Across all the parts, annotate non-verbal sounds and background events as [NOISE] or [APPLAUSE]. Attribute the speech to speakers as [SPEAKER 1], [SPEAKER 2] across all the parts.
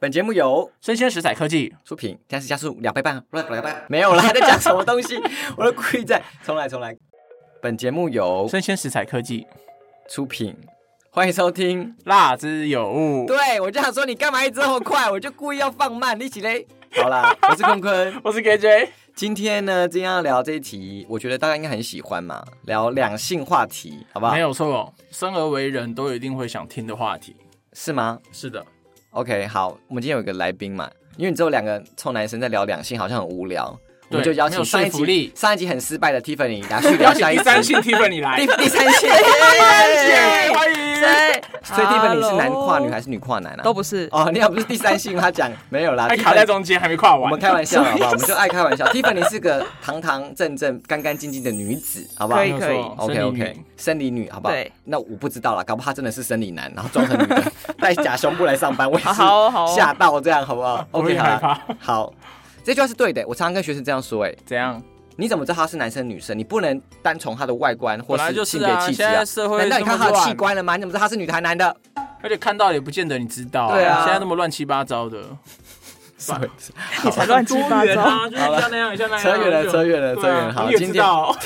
[SPEAKER 1] 本节目由
[SPEAKER 2] 生鲜食材科技，
[SPEAKER 1] 出品，但是加速两倍半，没有啦，在讲什么东西？我都故意在重来重来。本节目由
[SPEAKER 2] 生鲜食材科技，
[SPEAKER 1] 出品，欢迎收听。
[SPEAKER 2] 辣之有物。
[SPEAKER 1] 对我就想说，你干嘛一直那么快？我就故意要放慢，你起嘞。好啦，我是坤坤。
[SPEAKER 2] 我是 KJ，
[SPEAKER 1] 今天呢，今天要聊这一题，我觉得大家应该很喜欢嘛，聊两性话题，好不好
[SPEAKER 2] 没？有错，生而为人都一定会想听的话题。
[SPEAKER 1] 是吗
[SPEAKER 2] 是的，
[SPEAKER 1] ？OK，好，我们今天有一个来宾嘛，因为你只有两个臭男生在聊两性，好像很无聊，我们
[SPEAKER 2] 对
[SPEAKER 1] 就邀
[SPEAKER 2] 没
[SPEAKER 1] 请
[SPEAKER 2] 有
[SPEAKER 1] 上一
[SPEAKER 2] 说服
[SPEAKER 1] 集
[SPEAKER 2] 力
[SPEAKER 1] 上一集很失败的 Tiffany 来去 [LAUGHS] 聊下一集。
[SPEAKER 2] Tiffany
[SPEAKER 1] 第
[SPEAKER 2] 来，
[SPEAKER 1] 第三线，
[SPEAKER 2] 欢迎。
[SPEAKER 1] 对，所以 Tiffany
[SPEAKER 3] Hello
[SPEAKER 1] 是男跨女还是女跨男啊？
[SPEAKER 3] 都不是。
[SPEAKER 1] 哦，你要不是第三性，他讲没有啦，
[SPEAKER 2] 还哎卡在
[SPEAKER 1] Tiffany-
[SPEAKER 2] 中间，还没跨
[SPEAKER 1] 我
[SPEAKER 2] 完
[SPEAKER 1] 们。开玩笑好不好？我们就爱开玩笑。Tiffany 是个堂堂正正、干干净净的女子，好不好
[SPEAKER 3] 可以可以
[SPEAKER 1] OK OK，生理女好不好
[SPEAKER 3] 对？
[SPEAKER 1] 那我不知道啦，搞不好她真的是生理男，然后装成女的，带假胸部来上班，我也
[SPEAKER 3] 好
[SPEAKER 1] 是
[SPEAKER 3] 好哦好哦
[SPEAKER 1] 吓到这样，好不好
[SPEAKER 2] 我
[SPEAKER 1] ？OK
[SPEAKER 2] 也
[SPEAKER 1] 好
[SPEAKER 2] 害
[SPEAKER 1] 啦，
[SPEAKER 2] 怕。
[SPEAKER 1] 好，这句话是对的。我常常跟学生这样说，哎，
[SPEAKER 2] 怎样？
[SPEAKER 1] 你怎么知道他是男生女生？你不能单从他的外观或
[SPEAKER 2] [LAUGHS] 本来就是
[SPEAKER 1] 性别
[SPEAKER 2] 啊
[SPEAKER 1] 气质
[SPEAKER 2] 现在社会
[SPEAKER 1] 难道你
[SPEAKER 2] 这么
[SPEAKER 1] 看他的
[SPEAKER 2] 乱
[SPEAKER 1] 器官了吗？你怎么知道他是女的还男的？
[SPEAKER 2] 而且看到也不见得你知道、
[SPEAKER 1] 对啊
[SPEAKER 2] 现在那么乱七八糟的，
[SPEAKER 1] Sorry，
[SPEAKER 2] [LAUGHS]
[SPEAKER 3] 你才乱七八糟。
[SPEAKER 2] 啊就是像那样，像那
[SPEAKER 1] 扯远了，扯远了，
[SPEAKER 2] 啊
[SPEAKER 1] 扯远了。啊好，今天
[SPEAKER 2] 道，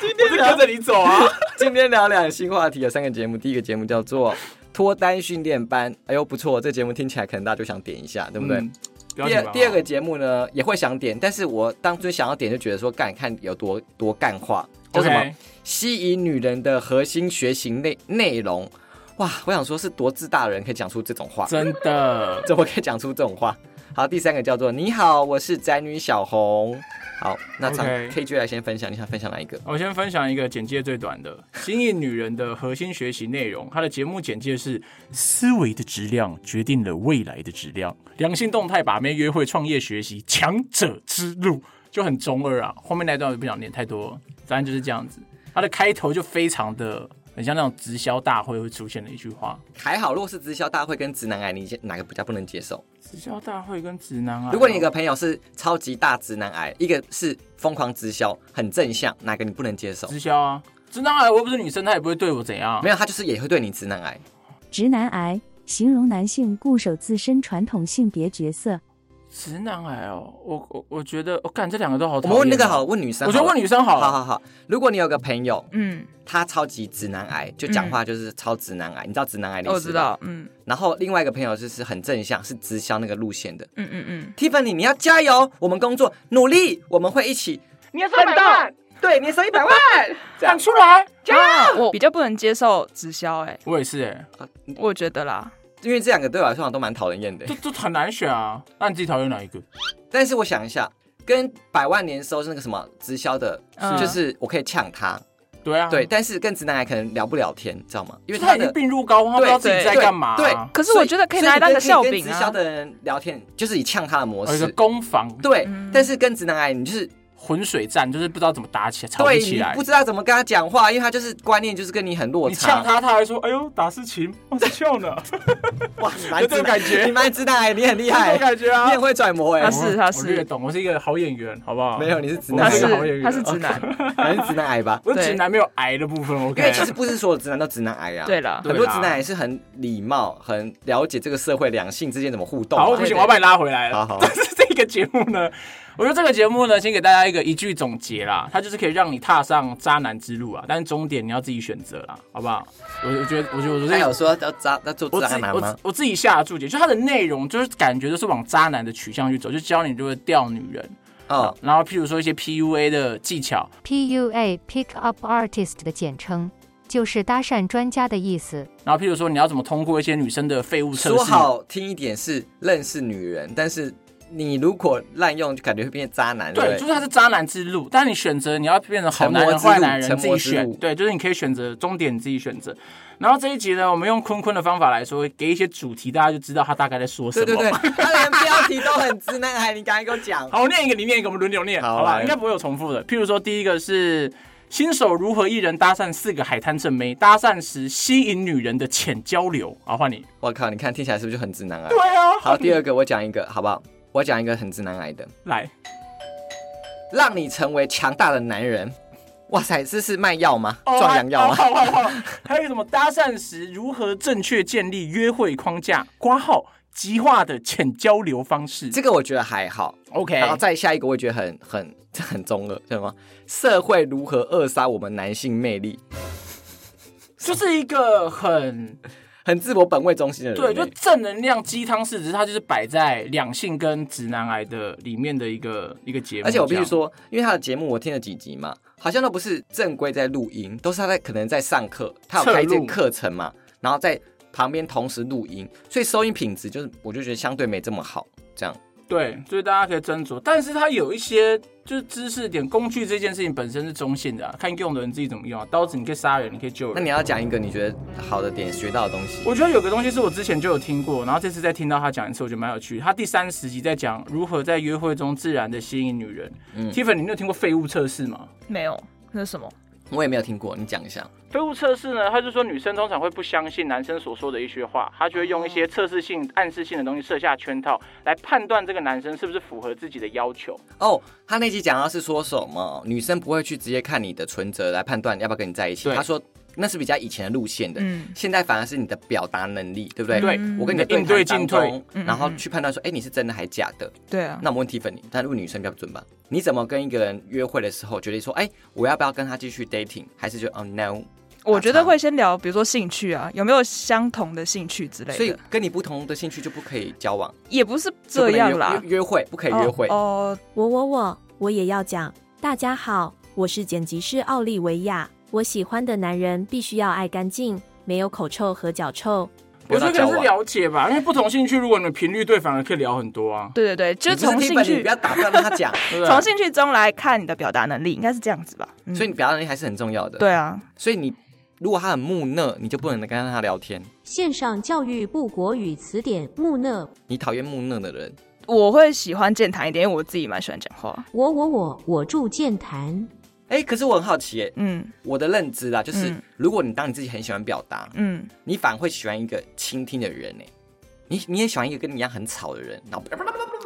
[SPEAKER 2] 今天我是跟着你走啊。
[SPEAKER 1] 今天聊两性话题有三个节目，第一个节目叫做脱单训练班，哎呦不错，这节目听起来可能大家就想点一下，对不对？
[SPEAKER 2] 嗯不要
[SPEAKER 1] 第
[SPEAKER 2] 紧
[SPEAKER 1] 二
[SPEAKER 2] 吧
[SPEAKER 1] 第二个节目呢也会想点，但是我当初想要点就觉得说干看有多多干话，叫什么
[SPEAKER 2] OK，
[SPEAKER 1] 吸引女人的核心学习内内容。哇，我想说是多自大的人可以讲出这种话，
[SPEAKER 2] 真的，
[SPEAKER 1] 怎么可以讲 [LAUGHS] 出这种话？好，第三个叫做“你好，我是宅女小红”。好，那长
[SPEAKER 2] OK
[SPEAKER 1] KJ 来先分享，你想分享哪一个？
[SPEAKER 2] 我先分享一个简介最短的《新颖女人的核心学习内容》，它的节目简介是：思维的质量决定了未来的质量，良性动态把妹、约会、创业、学习，强者之路就很中二啊。后面那段我就不想念太多了，反正就是这样子。它的开头就非常的很像那种直销大会会出现的一句话。
[SPEAKER 1] 还好，如果是直销大会跟直男癌，你哪个比较不能接受？
[SPEAKER 2] 直销大会跟直男啊，
[SPEAKER 1] 如果你有个朋友是超级大直男癌，一个是疯狂直销，很正向，哪个你不能接受？
[SPEAKER 2] 直销啊，直男癌我又不是女生，他也不会对我怎样
[SPEAKER 1] 没。有，他就是也会对你直男癌。
[SPEAKER 4] 直男癌形容男性固守自身传统性别角色，
[SPEAKER 2] 直男癌哦，我我我觉得，我、感这两个都好。啊
[SPEAKER 1] 我们问那个好，，问女生
[SPEAKER 2] 哦
[SPEAKER 1] 了。
[SPEAKER 2] 我觉得问女生好
[SPEAKER 1] 好
[SPEAKER 2] 啊了。
[SPEAKER 1] 好好，如果你有个朋友，
[SPEAKER 3] 嗯，
[SPEAKER 1] 他超级直男癌，就
[SPEAKER 2] 嗯
[SPEAKER 1] 讲话就是超直男癌，你知道直哦男癌的意思？
[SPEAKER 2] 哦
[SPEAKER 3] 我知。道。嗯
[SPEAKER 1] 然后另外一个朋友就是很正向，是直销那个路线的，
[SPEAKER 3] 嗯嗯嗯，
[SPEAKER 1] Tiffany，你要加油，我们工作努力，我们会一起
[SPEAKER 3] 年收一百万，对，年收一百万，
[SPEAKER 2] 讲出来。
[SPEAKER 3] 加油！我比较不能接受直销，哎，
[SPEAKER 2] 我也是、欸，
[SPEAKER 3] 我觉得啦，
[SPEAKER 1] 因为这两个对我来说都蛮讨人厌的
[SPEAKER 2] 这。这很难选啊。那你自己讨厌哪一个？
[SPEAKER 1] 但是我想一下，跟百万年收是那个什么直销的，
[SPEAKER 3] 嗯
[SPEAKER 1] 就是我可以呛他，
[SPEAKER 2] 对啊，
[SPEAKER 1] 对。，但是跟直男癌可能聊不了天，你知道吗？因为
[SPEAKER 2] 他
[SPEAKER 1] 他
[SPEAKER 2] 已经
[SPEAKER 1] 的。
[SPEAKER 2] 病入膏肓，他不知道自己在干嘛、
[SPEAKER 1] 对，
[SPEAKER 2] 啊。
[SPEAKER 3] 可是我觉得可以拿来当个
[SPEAKER 1] 所以你
[SPEAKER 3] 笑柄啊
[SPEAKER 1] 跟直销的人聊天，就是以呛他的模
[SPEAKER 2] 有一个
[SPEAKER 1] 式。
[SPEAKER 2] 攻防
[SPEAKER 1] 对
[SPEAKER 3] 嗯，
[SPEAKER 1] 但是跟直男癌，你就是
[SPEAKER 2] 浑水战，就是不知道怎么打起来，吵不
[SPEAKER 1] 对
[SPEAKER 2] [LAUGHS] 起
[SPEAKER 1] 你
[SPEAKER 2] 来
[SPEAKER 1] 不。知道怎么跟他讲话，因为他就是观念就是跟你很落
[SPEAKER 2] 你
[SPEAKER 1] 差
[SPEAKER 2] 呛。他，他还说：“哎呦，打是情，我是笑呢。
[SPEAKER 1] 哇，你蛮
[SPEAKER 2] 有这
[SPEAKER 1] 直
[SPEAKER 2] 种
[SPEAKER 1] 男
[SPEAKER 2] 感觉
[SPEAKER 1] 你蛮直男癌，你 [LAUGHS] 很”厉
[SPEAKER 2] 这 [LAUGHS]
[SPEAKER 1] 害
[SPEAKER 2] 种，感觉
[SPEAKER 1] 你
[SPEAKER 2] 啊
[SPEAKER 1] 很，会揣摩哎
[SPEAKER 3] 他。是他
[SPEAKER 2] 我略
[SPEAKER 3] 是
[SPEAKER 2] 懂，我是一个好演员，好不好？
[SPEAKER 1] 没有，你是直男癌，
[SPEAKER 2] 我
[SPEAKER 3] 他是
[SPEAKER 2] 是个好演员
[SPEAKER 3] 他是直男，啊
[SPEAKER 1] 还是直男癌吧？
[SPEAKER 3] [LAUGHS]
[SPEAKER 2] 我
[SPEAKER 3] 对
[SPEAKER 2] 直男没有癌的部分，OK？
[SPEAKER 1] 因为其实不是所有直男都直男癌啊，
[SPEAKER 3] 啊 [LAUGHS] 对啦，
[SPEAKER 1] 很多
[SPEAKER 2] 对啦
[SPEAKER 1] 直男癌是很礼貌、很了解这个社会两性之间怎么互动啊。
[SPEAKER 2] 好，不行，我要把你拉回来了。
[SPEAKER 1] 好
[SPEAKER 3] [LAUGHS]
[SPEAKER 1] 好
[SPEAKER 2] 但 [LAUGHS] 是这个节目呢，我觉得这个节目呢，先给大家一个一句总结啦，它就是可以让你踏上渣男之路啊，但是终点你要自己选择啦，好不好？我我觉得，我觉得我
[SPEAKER 1] 他
[SPEAKER 2] 这
[SPEAKER 1] 有说要渣要做
[SPEAKER 2] 我自
[SPEAKER 1] 渣男
[SPEAKER 2] 我
[SPEAKER 1] 吗
[SPEAKER 2] 自？我自己下的注解，就它的内容就是感觉就是往渣男的取向去走，就教你如何钓女人，
[SPEAKER 1] 哦，
[SPEAKER 2] 然后譬如说一些 PUA 的技巧，
[SPEAKER 4] （PUA Pick Up Artist） 的简称，就是搭讪专家的意思。
[SPEAKER 2] 然后譬如说你要怎么通过一些女生的废物测试，
[SPEAKER 1] 说好听一点是认识女人，但是你如果滥用，就感觉会变渣男。对
[SPEAKER 2] 对，
[SPEAKER 1] 不
[SPEAKER 2] 就
[SPEAKER 1] 对，
[SPEAKER 2] 是他是渣男之路，但是你选择你要变成好男
[SPEAKER 1] 沉默
[SPEAKER 2] 人、
[SPEAKER 1] 之
[SPEAKER 2] 坏
[SPEAKER 1] 路
[SPEAKER 2] 男人
[SPEAKER 1] 沉
[SPEAKER 2] 自
[SPEAKER 1] 默
[SPEAKER 2] 己
[SPEAKER 1] 之
[SPEAKER 2] 选
[SPEAKER 1] 路，
[SPEAKER 2] 对，就是你可以选择终点你自己选择。然后这一集呢，我们用坤坤的方法来说，给一些主题，大家就知道他大概在说什
[SPEAKER 1] 对
[SPEAKER 2] 么。
[SPEAKER 1] 对对，他连标题都很直男癌，你赶快给我讲。
[SPEAKER 2] 好，我念一个，你念一个，我们轮流念，
[SPEAKER 1] 好啊
[SPEAKER 2] 好吧？
[SPEAKER 1] 来
[SPEAKER 2] 应该不会有重复的。譬如说，第一个是新手如何一人搭讪四个海滩正妹，搭讪时吸引女人的浅交流。好，换你。
[SPEAKER 1] 我靠，你看听起来是不是就很直男癌？
[SPEAKER 2] 对啊，
[SPEAKER 1] 好，第二个我讲一个好不好？我讲一个很直男癌的，
[SPEAKER 2] 来，
[SPEAKER 1] 让你成为强大的男人。哇塞，这是卖药吗？
[SPEAKER 2] 哦
[SPEAKER 1] 壮阳药吗？
[SPEAKER 2] 还哦好好 [LAUGHS] 好还有什么搭讪时如何正确建立约会框架？挂号极化的浅交流方式。
[SPEAKER 1] 这个我觉得还好。
[SPEAKER 2] OK，
[SPEAKER 1] 然后再下一个，我也觉得很很这很中二，知道吗？社会如何扼杀我们男性魅力？
[SPEAKER 2] 就是一个很
[SPEAKER 1] 很自我本位中心的人哎
[SPEAKER 2] 对，
[SPEAKER 1] 类，
[SPEAKER 2] 就正能量鸡汤式，只是它就是摆在两性跟直男癌的里面的一个一个节目。
[SPEAKER 1] 而且我必须
[SPEAKER 2] 这样，
[SPEAKER 1] 说，因为他的节目我听了几集嘛，好像都不是正规在录音，都是他在可能在上课，他有开一
[SPEAKER 2] 侧
[SPEAKER 1] 些
[SPEAKER 2] 录
[SPEAKER 1] 课程嘛，然后在旁边同时录音，所以收音品质就是我就觉得相对没这么好。这样
[SPEAKER 2] 对，所以大家可以斟酌，但是它有一些就是知识点、工具这件事情本身是中性的、啊，看用的人自己怎么用啊。刀子你可以杀人，你可以救
[SPEAKER 1] 那
[SPEAKER 2] 人。
[SPEAKER 1] 你要讲一个你觉得好的点学到的东西，
[SPEAKER 2] 我觉得有个东西是我之前就有听过，然后这次再听到他讲一次，我觉得蛮有趣。他第三十集在讲如何在约会中自然的吸引女人。
[SPEAKER 1] 嗯
[SPEAKER 2] Tiffany，你有听过废物测试吗？
[SPEAKER 3] 没有，那是什么？
[SPEAKER 1] 我也没有听过，你讲一下。
[SPEAKER 2] 废物测试呢，他就说女生通常会不相信男生所说的一些话，他就会用一些测试性、暗示性的东西设下圈套，来判断这个男生是不是符合自己的要求。
[SPEAKER 1] 哦，他那集讲到是说什么女生不会去直接看你的存折来判断要不要跟你在一起，
[SPEAKER 2] 对
[SPEAKER 1] 他说那是比较以前的路线的，
[SPEAKER 3] 嗯
[SPEAKER 1] 现在反而是你的表达能力，对不对？
[SPEAKER 2] 对
[SPEAKER 1] 我跟你的
[SPEAKER 2] 嗯应对
[SPEAKER 1] 谈当
[SPEAKER 2] 进退
[SPEAKER 1] 中
[SPEAKER 3] 嗯
[SPEAKER 1] 然后去判断说，哎、你是真的还假的？
[SPEAKER 3] 对啊，
[SPEAKER 1] 那我们问 Tiffany，但问女生比较准吧？你怎么跟一个人约会的时候决定说，哎、我要不要跟他继续 dating，还是就哦 no？
[SPEAKER 3] 我觉得会先聊，比如说兴趣啊，有没有相同的兴趣之类
[SPEAKER 1] 所以
[SPEAKER 3] 的，
[SPEAKER 1] 跟你不同的兴趣就不可以交往，
[SPEAKER 3] 也不是
[SPEAKER 1] 就不
[SPEAKER 3] 这
[SPEAKER 1] 能
[SPEAKER 3] 样
[SPEAKER 1] 约
[SPEAKER 3] 啦
[SPEAKER 1] 约。约会不可以约会。
[SPEAKER 3] 哦，哦
[SPEAKER 5] 我我我我也要讲。大家好，我是剪辑师奥利维亚。我喜欢的男人必须要爱干净，没有口臭和脚臭。
[SPEAKER 1] 不要
[SPEAKER 2] 我
[SPEAKER 1] 到
[SPEAKER 2] 觉得可能
[SPEAKER 1] 交
[SPEAKER 2] 是
[SPEAKER 1] 往
[SPEAKER 2] 了解吧，因为不同兴趣，如果你们频率对，反而可以聊很多啊。
[SPEAKER 3] 对对对，就
[SPEAKER 1] 你
[SPEAKER 3] 是
[SPEAKER 1] 不是
[SPEAKER 3] 从兴
[SPEAKER 1] Tiffany，你
[SPEAKER 3] 趣
[SPEAKER 1] 不要打断他讲，
[SPEAKER 2] 对不对
[SPEAKER 3] 从兴趣中来看你的表达能力，应该是这样子吧？嗯
[SPEAKER 1] 所以你表达能力还是很重要的。，
[SPEAKER 3] 对啊，
[SPEAKER 1] 所以你如果他很木讷，你就不能跟他聊天。
[SPEAKER 6] 线上教育部国语词典木讷，
[SPEAKER 1] 你讨厌木讷的人，
[SPEAKER 3] 我会喜欢健谈一点，因为我自己蛮喜欢讲话。
[SPEAKER 6] 我我我我住健谈，
[SPEAKER 1] 哎、可是我很好奇、耶，
[SPEAKER 3] 嗯
[SPEAKER 1] 我的认知啦，就是、
[SPEAKER 3] 嗯
[SPEAKER 1] 如果你当你自己很喜欢表达，
[SPEAKER 3] 嗯，
[SPEAKER 1] 你反而会喜欢一个倾听的人、哎，你你也喜欢一个跟你一样很吵的人，然后